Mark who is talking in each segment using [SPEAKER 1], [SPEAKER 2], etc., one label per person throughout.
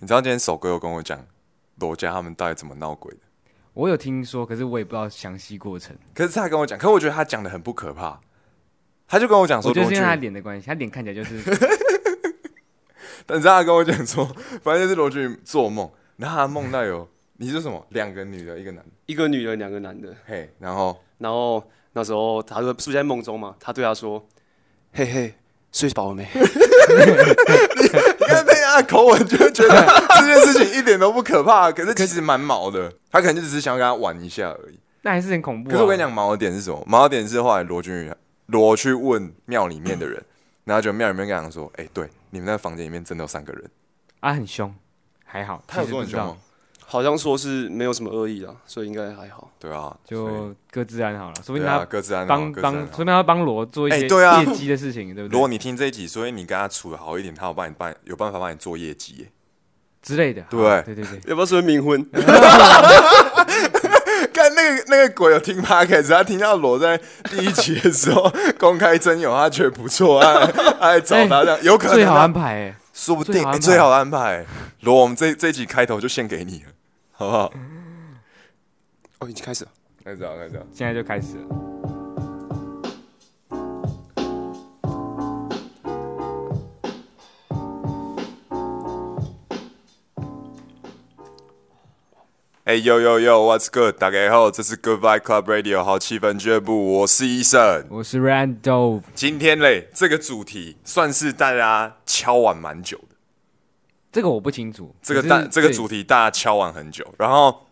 [SPEAKER 1] 你知道今天手哥有跟我讲罗家他们到底怎么闹鬼的，
[SPEAKER 2] 我有听说，可是我也不知道详细过程。
[SPEAKER 1] 可是他跟我讲，可我觉得他讲的很不可怕，他就跟我讲说
[SPEAKER 2] 我觉
[SPEAKER 1] 罗
[SPEAKER 2] 得是因为他
[SPEAKER 1] 俊，
[SPEAKER 2] 脸的关系，他脸看起来就是
[SPEAKER 1] 但是他跟我讲说， 反正就是罗俊做梦，然后他梦到有你是什么两个女的，一个男的，
[SPEAKER 3] 一个女人，两个男的。
[SPEAKER 1] 嘿，然后
[SPEAKER 3] 然后那时候他说是不是在梦中嘛？他对他说：“嘿嘿，睡饱了没
[SPEAKER 1] 你看配他的口吻，就会觉得这件事情一点都不可怕，可是其实蛮毛的，他可能就只是想要跟他玩一下而已。
[SPEAKER 2] 那还是很恐怖、啊。
[SPEAKER 1] 可是我跟你，讲，毛的点是什么？毛的点是后来罗君宇罗去问庙里面的人，然后就庙里面跟他讲说：“哎、对，你们那个房间里面真的有三个人。
[SPEAKER 2] 啊，很凶，还好。”其实不知
[SPEAKER 1] 哦
[SPEAKER 2] 道，？”
[SPEAKER 3] 好像说是没有什么恶意啦，所以应该还好。
[SPEAKER 1] 对啊，所以
[SPEAKER 2] 就各自安好了。说不
[SPEAKER 1] 对
[SPEAKER 2] 定
[SPEAKER 1] 啊，
[SPEAKER 2] 他
[SPEAKER 1] 各自安好
[SPEAKER 2] 帮
[SPEAKER 1] 各自
[SPEAKER 2] 帮，
[SPEAKER 1] 安好
[SPEAKER 2] 说不定他帮罗做一些
[SPEAKER 1] 哎对啊
[SPEAKER 2] 业绩的事情，对不
[SPEAKER 1] 如果
[SPEAKER 2] 对？
[SPEAKER 1] 你听这一集，所以你跟他处的好一点，他有帮你办有办法帮你做业绩耶。
[SPEAKER 2] 之类的。好
[SPEAKER 1] 对
[SPEAKER 2] 对对 对，
[SPEAKER 3] 要不要说冥婚？
[SPEAKER 1] 看那个那个鬼有听 p o d c a s 他听到罗在第一集的时候公开真友，他觉得不错， 他他还找他这样，有可能
[SPEAKER 2] 最
[SPEAKER 1] 啊
[SPEAKER 2] 好安排哎。
[SPEAKER 1] 说不定
[SPEAKER 2] 最好
[SPEAKER 1] 哎
[SPEAKER 2] 安排
[SPEAKER 1] 最好的安排。罗，我们这这一集开头就献给你了，好不 好？
[SPEAKER 3] 哦，已经开始了。
[SPEAKER 1] 开始啊，开始啊！
[SPEAKER 2] 现在就开始了。
[SPEAKER 1] 哎呦呦呦，What's good？大家好，这是 Goodbye Club Radio 好气氛俱乐部，我是医生。
[SPEAKER 2] 我是 Randolph，
[SPEAKER 1] 今天嘞，这个主题算是大家敲完蛮久的，
[SPEAKER 2] 这个我不清楚。
[SPEAKER 1] 这个
[SPEAKER 2] 可是
[SPEAKER 1] 大这个
[SPEAKER 2] 对
[SPEAKER 1] 主题大家敲完很久，然后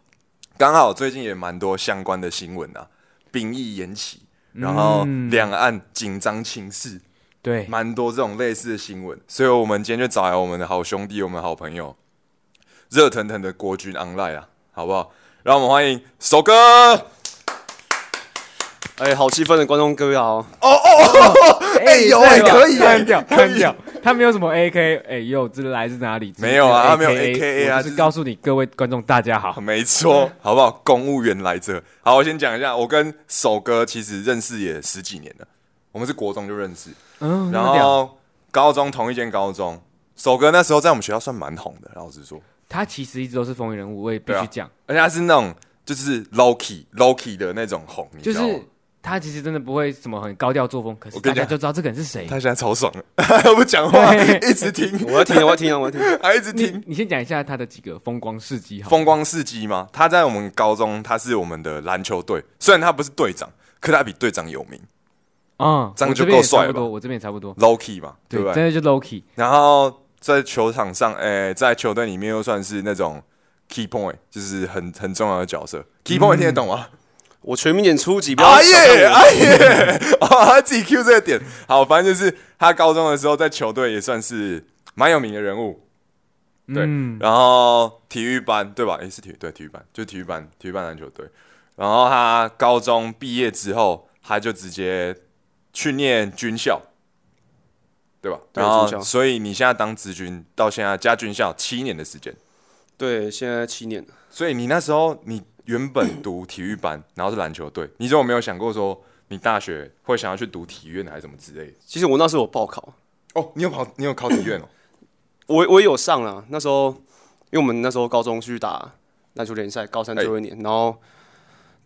[SPEAKER 1] 刚好最近也蛮多相关的新闻啊，兵役延期，然后
[SPEAKER 2] 嗯
[SPEAKER 1] 两岸紧张情势，
[SPEAKER 2] 对
[SPEAKER 1] 蛮多这种类似的新闻，所以我们今天就找来我们的好兄弟，我们的好朋友，热腾腾的国军 online 啊，好不好？让我们欢迎首哥。
[SPEAKER 3] 哎、好气氛的观众各位啊好，
[SPEAKER 1] 哎有哎可以哎
[SPEAKER 2] 干掉
[SPEAKER 1] 可以
[SPEAKER 2] 干掉，他没有什么 AK，哎呦，这来自哪里？
[SPEAKER 1] 没有啊他
[SPEAKER 2] 这
[SPEAKER 1] 没有 AKA 啊就
[SPEAKER 2] 我就是是告诉你各位观众大家好，
[SPEAKER 1] 没
[SPEAKER 2] 嗯
[SPEAKER 1] 错，好不好？公务员来着。好，我先讲一下，我跟首哥其实认识也十几年了，我们是国中就认识，
[SPEAKER 2] 嗯，
[SPEAKER 1] 然
[SPEAKER 2] 那屌
[SPEAKER 1] 后高中同一间高中。首哥那时候在我们学校算蛮红的，老实说，
[SPEAKER 2] 他其实一直都是风云人物，我也必
[SPEAKER 1] 对啊
[SPEAKER 2] 须讲，
[SPEAKER 1] 而且他是那种就是 low key low key 的那种红，你
[SPEAKER 2] 就
[SPEAKER 1] 知道吗
[SPEAKER 2] 是他其实真的不会什么很高调作风，可是
[SPEAKER 1] 我跟
[SPEAKER 2] 大
[SPEAKER 1] 你
[SPEAKER 2] 家
[SPEAKER 1] 讲
[SPEAKER 2] 就知道这个人是谁
[SPEAKER 1] 他。现在超爽的， 他不讲 话，
[SPEAKER 2] 对
[SPEAKER 1] 一直听，
[SPEAKER 3] 我要听，我要听啊，我要听。
[SPEAKER 1] 还一直
[SPEAKER 2] 你
[SPEAKER 1] 听。
[SPEAKER 2] 你先讲一下他的几个风光事迹好了，
[SPEAKER 1] 风光事迹吗？他在我们高中，他是我们的篮球队，虽然他不是队长，可他比队长有名
[SPEAKER 2] 啊，
[SPEAKER 1] 这样就
[SPEAKER 2] 我这边也
[SPEAKER 1] 够帅了
[SPEAKER 2] 差不
[SPEAKER 1] 吧
[SPEAKER 2] 多，我这边也差不多，
[SPEAKER 1] ，Loki 嘛，对不，
[SPEAKER 2] 对
[SPEAKER 1] 对？
[SPEAKER 2] 真的就 Loki，
[SPEAKER 1] 然后在球场上，诶、在球队里面又算是那种 key point，就是很很重要的角色。key
[SPEAKER 2] 嗯
[SPEAKER 1] point 听得懂吗？
[SPEAKER 3] 我全民演初级，不要
[SPEAKER 1] 哎
[SPEAKER 3] 小看
[SPEAKER 1] 耶
[SPEAKER 3] 我。
[SPEAKER 1] 哎耶！哦，他自己 Q 这个点，好，反正就是他高中的时候在球队也算是蛮有名的人物，对，
[SPEAKER 2] 嗯，
[SPEAKER 1] 然后体育班对吧？诶，是体育对体育班，就是体育班，体育班篮球队。然后他高中毕业之后，他就直接去念军校，对吧？
[SPEAKER 3] 对
[SPEAKER 1] 然
[SPEAKER 3] 军
[SPEAKER 1] 后
[SPEAKER 3] 校
[SPEAKER 1] 所以你现在当职军到现在加军校七年的时间，
[SPEAKER 3] 对，现在七年了，
[SPEAKER 1] 所以你那时候你原本读体育班，然后是篮球队，你怎么没有想过说你大学会想要去读体院还是什么之类的？
[SPEAKER 3] 其实我那时候有报考，
[SPEAKER 1] 哦，你有考你有考体院哦？
[SPEAKER 3] 我我也有上啊。那时候，因为我们那时候高中去打篮球联赛，高三
[SPEAKER 1] 哎
[SPEAKER 3] 最后一年，然后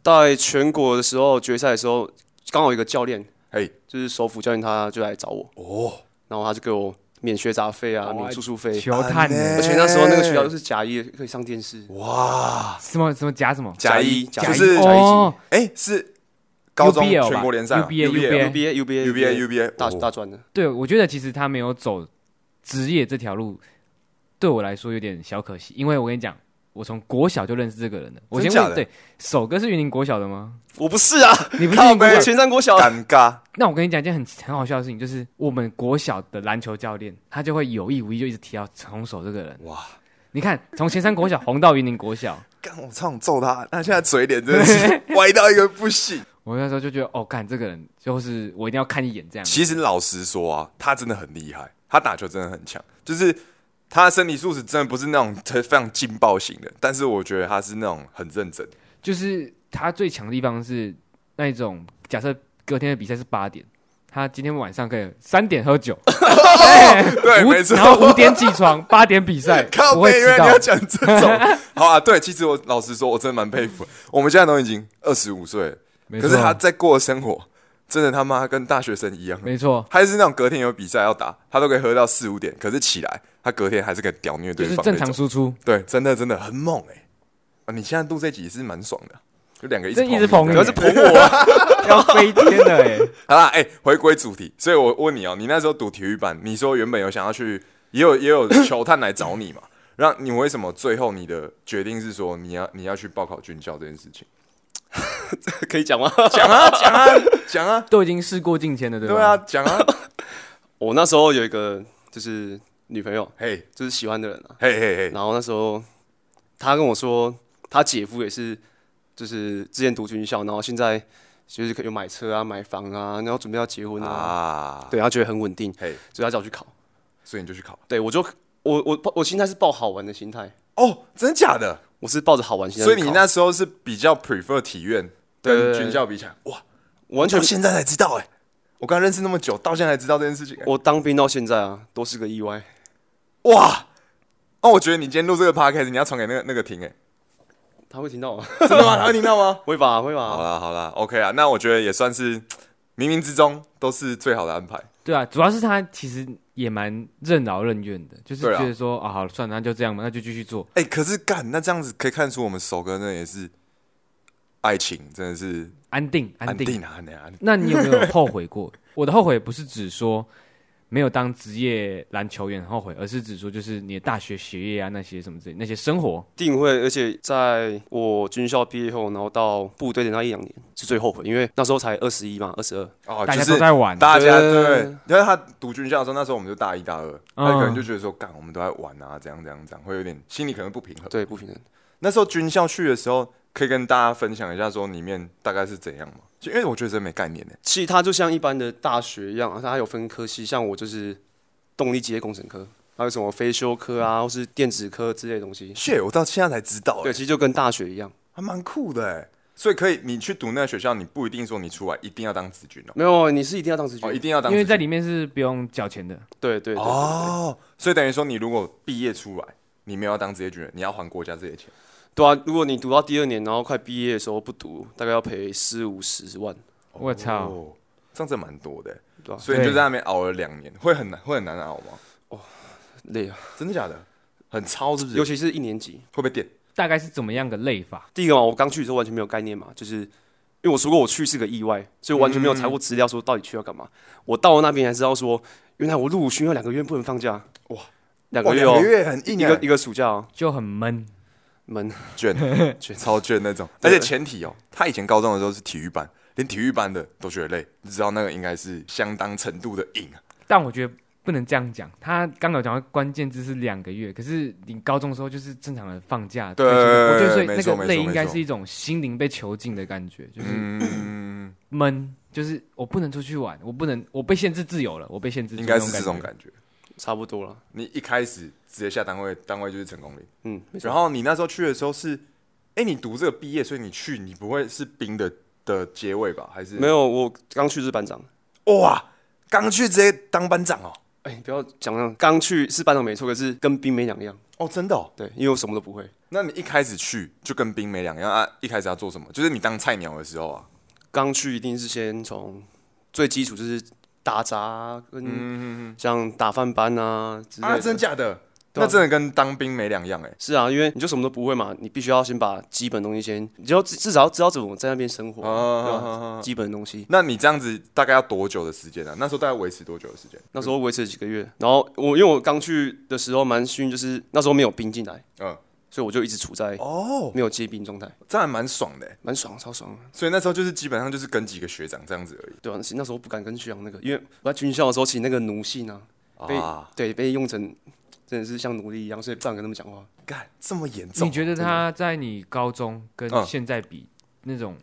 [SPEAKER 3] 在全国的时候决赛的时候，刚好有一个教练，
[SPEAKER 1] 嘿，
[SPEAKER 3] 就是首府教练，他就来找我，
[SPEAKER 1] 哦，哎
[SPEAKER 3] 然后他就给我免学杂费啊，
[SPEAKER 2] 哇
[SPEAKER 3] 免住宿费，
[SPEAKER 2] 球探
[SPEAKER 1] 安
[SPEAKER 2] 呢
[SPEAKER 1] 呢
[SPEAKER 3] 而且那时候那个学校就是甲一，可以上电视，
[SPEAKER 1] 哇，
[SPEAKER 2] 什么什么夹什么
[SPEAKER 1] 哦甲一
[SPEAKER 3] 一
[SPEAKER 1] 就
[SPEAKER 3] 甲一
[SPEAKER 1] 是
[SPEAKER 3] 甲一
[SPEAKER 2] 哦
[SPEAKER 1] 哎、是高中
[SPEAKER 2] UBL 吧
[SPEAKER 1] 全国联赛啊
[SPEAKER 2] UBL
[SPEAKER 1] UBL
[SPEAKER 3] UBA UBA
[SPEAKER 1] UBA UBA
[SPEAKER 3] 大
[SPEAKER 1] 哦
[SPEAKER 3] 大专的，
[SPEAKER 2] 对，我觉得其实他没有走职业这条路，对我来说有点小可惜，因为我跟你讲，我从国小就认识这个人了。我先
[SPEAKER 1] 真假的，
[SPEAKER 2] 问对，首哥是云林国小的吗？
[SPEAKER 3] 我不是 啊，
[SPEAKER 2] 你不是云
[SPEAKER 3] 靠
[SPEAKER 2] 林国
[SPEAKER 3] 北
[SPEAKER 2] 小？
[SPEAKER 3] 全山国小，
[SPEAKER 1] 尴尬，
[SPEAKER 2] 那我跟你讲一件很很好笑的事情，就是我们国小的篮球教练，他就会有意无意就一直提到陈红手这个人。
[SPEAKER 1] 哇
[SPEAKER 2] 哇！你看，从前山国小红到云林国小，
[SPEAKER 1] 干我操，我揍他！他现在嘴脸真的是歪到一个不行。
[SPEAKER 2] 我那时候就觉得，哦，干这个人就是我一定要看一眼这样。
[SPEAKER 1] 其实老实说啊，他真的很厉害，他打球真的很强，就是他的身体素质真的不是那种非常劲爆型的，但是我觉得他是那种很认真。
[SPEAKER 2] 就是他最强的地方是那一种，假设隔天的比赛是八点，他今天晚上可以三点喝 酒，哎
[SPEAKER 1] 对，
[SPEAKER 2] 五
[SPEAKER 1] 没错。
[SPEAKER 2] 然后五点起床，八点比赛，
[SPEAKER 1] 靠
[SPEAKER 2] 不会
[SPEAKER 1] 背，原
[SPEAKER 2] 迟
[SPEAKER 1] 来
[SPEAKER 2] 到
[SPEAKER 1] 你要。讲这种， 好啊，对，其实我老实说，我真的蛮佩服，我们现在都已经二十五岁了，
[SPEAKER 2] 没
[SPEAKER 1] 可
[SPEAKER 2] 错
[SPEAKER 1] 是他在过的生活，真的他妈跟大学生一样，
[SPEAKER 2] 没错，
[SPEAKER 1] 他是那种隔天有比赛要打，他都可以喝到四五点，可是起来他隔天还是可以屌虐
[SPEAKER 2] 就
[SPEAKER 1] 对
[SPEAKER 2] 是
[SPEAKER 1] 方，
[SPEAKER 2] 正常，输出，
[SPEAKER 1] 对，真的真的很猛哎、啊，你现在录这集是蛮爽的，啊就两个一直
[SPEAKER 2] 这一直捧你，
[SPEAKER 3] 主要是捧我啊，
[SPEAKER 2] 要飞天了哎。
[SPEAKER 1] 好啦，哎、回归主题，所以我问你哦、你那时候读体育班，你说原本有想要去，也有也有 球探来找你嘛？让你为什么最后你的决定是说你要你要去报考军校这件事情？
[SPEAKER 3] 可以讲吗？
[SPEAKER 1] 讲啊讲啊讲啊，
[SPEAKER 2] 都已经事过境迁了，对吧？
[SPEAKER 1] 对啊，讲啊，
[SPEAKER 3] 我那时候有一个就是女朋友，
[SPEAKER 1] 嘿
[SPEAKER 3] 就是喜欢的人啊。
[SPEAKER 1] 嘿嘿嘿，
[SPEAKER 3] 然后那时候他跟我说，他姐夫也是，就是之前读军校，然后现在就是有买车啊、买房啊，然后准备要结婚啊，
[SPEAKER 1] 啊，
[SPEAKER 3] 对，他觉得很稳定，
[SPEAKER 1] 嘿，
[SPEAKER 3] 所以他叫我去考。
[SPEAKER 1] 所以你就去考
[SPEAKER 3] 对我就我我我心态是抱好玩的心态，
[SPEAKER 1] 哦，真的假的？
[SPEAKER 3] 我是抱着好玩心态去
[SPEAKER 1] 所以
[SPEAKER 3] 考。
[SPEAKER 1] 你那时候是比较 prefer 体院
[SPEAKER 3] 对对
[SPEAKER 1] 跟
[SPEAKER 3] 对
[SPEAKER 1] 军校比起来，哇，
[SPEAKER 3] 我完全
[SPEAKER 1] 到现在才知道哎、我刚认识那么久，到现在才知道这件事情、哎
[SPEAKER 3] 我当兵到现在啊，都是个意外。
[SPEAKER 1] 哇，哦，我觉得你今天录这个 podcast，你要传给那个那个听哎、
[SPEAKER 3] 他会听到吗？
[SPEAKER 1] 真的吗？
[SPEAKER 2] 啊
[SPEAKER 1] 他会听到吗？
[SPEAKER 3] 会吧，会
[SPEAKER 1] 好
[SPEAKER 3] 吧。
[SPEAKER 1] 啦好啦，OK 啊，那我觉得也算是冥冥之中都是最好的安排。
[SPEAKER 2] 对啊，主要是他其实也蛮任劳任怨的，就是
[SPEAKER 1] 对啊
[SPEAKER 2] 觉得说啊，好了，算了，那就这样吧，那就继续做。
[SPEAKER 1] 哎、可是干那这样子可以看出我们首歌呢也是爱情，真的是
[SPEAKER 2] 安定，安
[SPEAKER 1] 安
[SPEAKER 2] 定。
[SPEAKER 1] 定啊，安定啊安定
[SPEAKER 2] 那你有没有后悔过？ 我的后悔不是指说没有当职业篮球员很后悔，而是指说就是你的大学学业啊那些什么之类那些生活。
[SPEAKER 1] 哦
[SPEAKER 3] 一定会，而且在我军校毕业后，然后到部队的那一两年是最后悔，因为那时候才二十一嘛，二十二，
[SPEAKER 1] 哦，
[SPEAKER 2] 大
[SPEAKER 1] 就
[SPEAKER 2] 家
[SPEAKER 1] 是
[SPEAKER 2] 都在玩，啊
[SPEAKER 1] 大家
[SPEAKER 3] 对
[SPEAKER 1] 对，因为他读军校的时候，那时候我们就大一大二，他可能
[SPEAKER 2] 嗯
[SPEAKER 1] 就觉得说，干我们都在玩啊，怎样怎样怎样，会有点心里可能不平衡。
[SPEAKER 3] 对，不平衡。
[SPEAKER 1] 那时候军校去的时候，可以跟大家分享一下说里面大概是怎样嘛？就因为我觉得真没概念呢、
[SPEAKER 3] 其实它就像一般的大学一样，它还有分科系，像我就是动力机械工程科，还有什么非修科
[SPEAKER 1] 嗯
[SPEAKER 3] 啊，或是电子科之类的东西。
[SPEAKER 1] shit，我到现在才知道、
[SPEAKER 3] 对，
[SPEAKER 1] 欸，
[SPEAKER 3] 其实就跟大学一样，
[SPEAKER 1] 还蛮酷的哎、所以可以，你去读那个学校，你不一定说你出来一定要当子军哦、
[SPEAKER 3] 没有，你是一定要当职
[SPEAKER 1] 哦，一
[SPEAKER 3] 军，
[SPEAKER 1] 定要当
[SPEAKER 2] 因为
[SPEAKER 1] 子
[SPEAKER 2] 在
[SPEAKER 1] 军
[SPEAKER 2] 里面是不用缴钱的。
[SPEAKER 3] 对对对对
[SPEAKER 1] 哦，所以等于说你如果毕业出来，你没有要当职业军人，你要还国家这些钱。
[SPEAKER 3] 对啊！如果你读到第二年，然后快毕业的时候不读，大概要赔四五十万。
[SPEAKER 2] 我操
[SPEAKER 1] 哦，这样子蛮多的欸、
[SPEAKER 3] 对啊
[SPEAKER 1] 所以你就
[SPEAKER 2] 对
[SPEAKER 1] 在那边熬了两年，会很难，会很难熬吗？
[SPEAKER 3] 累啊，
[SPEAKER 1] 真的假的？很超是不是？
[SPEAKER 3] 尤
[SPEAKER 1] 会
[SPEAKER 3] 其是一年级。
[SPEAKER 1] 不会电？
[SPEAKER 2] 大概是怎么样的累法？
[SPEAKER 3] 第一个嘛，我刚去的时候完全没有概念嘛，就是因为我说过我去是个意外，所以我完
[SPEAKER 1] 嗯
[SPEAKER 3] 全没有查过资料说到底去要干嘛。我到了那边才知道说，原来我入伍训要两个月不能放假，
[SPEAKER 1] 哇，
[SPEAKER 3] 两
[SPEAKER 1] 哇
[SPEAKER 3] 个月哦，
[SPEAKER 1] 月很
[SPEAKER 3] 一
[SPEAKER 1] 硬
[SPEAKER 3] 个
[SPEAKER 1] 欸
[SPEAKER 3] 一个暑假哦，
[SPEAKER 2] 就很闷，
[SPEAKER 3] 闷。
[SPEAKER 1] 卷卷超卷那种。而
[SPEAKER 3] 对
[SPEAKER 1] 且前提哦，他以前高中的时候是体育班，连体育班的都觉得累，你知道那个应该是相当程度的硬啊。
[SPEAKER 2] 但我觉得不能这样讲。他刚有讲到关键字是两个月，可是你高中的时候就是正常的放假，
[SPEAKER 1] 对
[SPEAKER 2] 退休我觉得所以
[SPEAKER 1] 没
[SPEAKER 2] 那
[SPEAKER 1] 错
[SPEAKER 2] 个
[SPEAKER 1] 没
[SPEAKER 2] 累
[SPEAKER 1] 错
[SPEAKER 2] 应
[SPEAKER 1] 没
[SPEAKER 2] 该
[SPEAKER 1] 错
[SPEAKER 2] 是一种心灵被囚禁的感觉，就是
[SPEAKER 1] 嗯，
[SPEAKER 2] 闷，就是我不能出去玩，我不能，我被限制自由了，我被限制住
[SPEAKER 1] 应
[SPEAKER 2] 那
[SPEAKER 1] 该
[SPEAKER 2] 觉，
[SPEAKER 1] 是这种感觉。
[SPEAKER 3] 差不多了，
[SPEAKER 1] 你一开始直接下单位，单位就是成功领。
[SPEAKER 3] 嗯，没错
[SPEAKER 1] 然后你那时候去的时候是，哎，你读这个毕业，所以你去，你不会是兵的的结尾吧？还是
[SPEAKER 3] 没有，我刚去是班长。
[SPEAKER 1] 哇？刚去直接当班长哦？
[SPEAKER 3] 哎、不要讲那样，刚去是班长没错，可是跟兵没两样。
[SPEAKER 1] 哦，真的哦？
[SPEAKER 3] 对，因为我什么都不会，
[SPEAKER 1] 那你一开始去就跟兵没两样啊？一开始要做什么？就是你当菜鸟的时候啊。
[SPEAKER 3] 刚去一定是先从最基础就是打杂啊跟
[SPEAKER 1] 嗯，
[SPEAKER 3] 像打饭班啊之类的。
[SPEAKER 1] 啊，真假的？
[SPEAKER 3] 对啊
[SPEAKER 1] 那真的跟当兵没两样哎、
[SPEAKER 3] 是啊，因为你就什么都不会嘛，你必须要先把基本东西先，你就要至至少要知道怎么在那边生活，
[SPEAKER 1] 啊
[SPEAKER 3] 对吧、
[SPEAKER 1] 啊啊啊
[SPEAKER 3] 基本的东西。
[SPEAKER 1] 那你这样子大概要多久的时间啊？那时候大概维持多久的时间？
[SPEAKER 3] 那时候维持了几个月，然后我因为我刚去的时候蛮幸运，就是那时候没有兵进来，
[SPEAKER 1] 嗯，
[SPEAKER 3] 所以我就一直处在
[SPEAKER 1] 哦，
[SPEAKER 3] 没有接兵状态，
[SPEAKER 1] 这样还蛮爽的、欸。
[SPEAKER 3] 蛮爽，超爽的。
[SPEAKER 1] 所以那时候就是基本上就是跟几个学长这样子而已。
[SPEAKER 3] 对啊，其实那时候不敢跟学长那个，因为我在军校的时候，其实那个奴性啊，被、
[SPEAKER 1] 啊，
[SPEAKER 3] 对被用成真的是像奴隶一样，所以不敢跟他们讲话。
[SPEAKER 1] 干这么严重？
[SPEAKER 2] 你觉得他在你高中跟
[SPEAKER 1] 嗯
[SPEAKER 2] 现在比、那种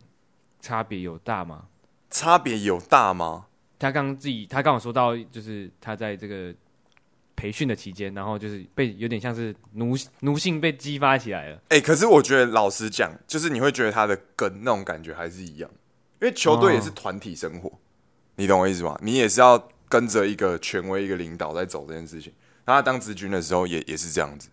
[SPEAKER 2] 差别有大吗？
[SPEAKER 1] 差别有大吗？
[SPEAKER 2] 他刚刚自己，他刚好说到，就是他在这个培训的期间，然后就是被有点像是奴奴性被激发起来了。
[SPEAKER 1] 哎、可是我觉得老实讲，就是你会觉得他的根那种感觉还是一样，因为球队也是团体生活，你懂我意思吗？你也是要跟着一个权威、一个领导在走这件事情。那他当职军的时候也也是这样子，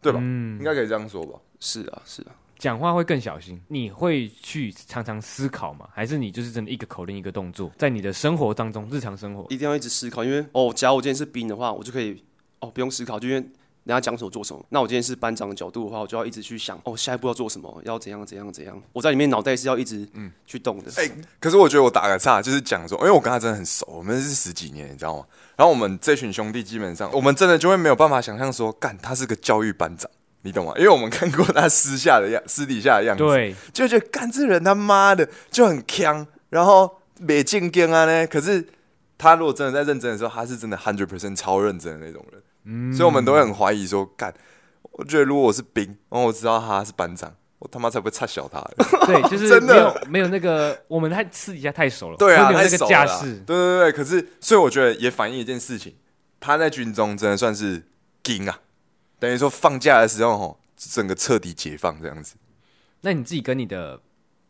[SPEAKER 1] 对吧？应该可以这样说吧。
[SPEAKER 3] 是啊，是啊，
[SPEAKER 2] 讲话会更小心。你会去常常思考吗？还是你就是真的一个口令一个动作，在你的生活当中，日常生活
[SPEAKER 3] 一定要一直思考，因为哦，假如我今天是兵的话，我就可以哦不用思考，就因为人家讲什么做什么。那我今天是班长的角度的话，我就要一直去想哦下一步要做什么，要怎样怎样怎样。我在里面脑袋是要一直嗯去动的。
[SPEAKER 1] 哎、可是我觉得我打个岔，就是讲说，因为我跟他真的很熟，我们认识十几年，你知道吗？然后我们这群兄弟基本上，我们真的就会没有办法想象说，干他是个教育班长，你懂吗？因为我们看过他私下的样，私底下的样子，
[SPEAKER 2] 对，
[SPEAKER 1] 就觉得干这人他妈的就很强，然后没进跟啊呢。可是他如果真的在认真的时候，他是真的 hundred percent 超认真的那种人，所以我们都会很怀疑说，干，我觉得如果我是兵，然后我知道他是班长，我他妈才不会差小 他嘞。
[SPEAKER 2] 对，就是
[SPEAKER 1] 真的
[SPEAKER 2] 没有没有那个，我们太私底下太熟了，
[SPEAKER 1] 对啊，
[SPEAKER 2] 会没有
[SPEAKER 1] 太熟
[SPEAKER 2] 那个
[SPEAKER 1] 了
[SPEAKER 2] 架
[SPEAKER 1] 啦
[SPEAKER 2] 势，
[SPEAKER 1] 对对对，可是所以我觉得也反映一件事情，他在军中真的算是精啊，等于说放假的时候吼，整个彻底解放这样子。
[SPEAKER 2] 那你自己跟你的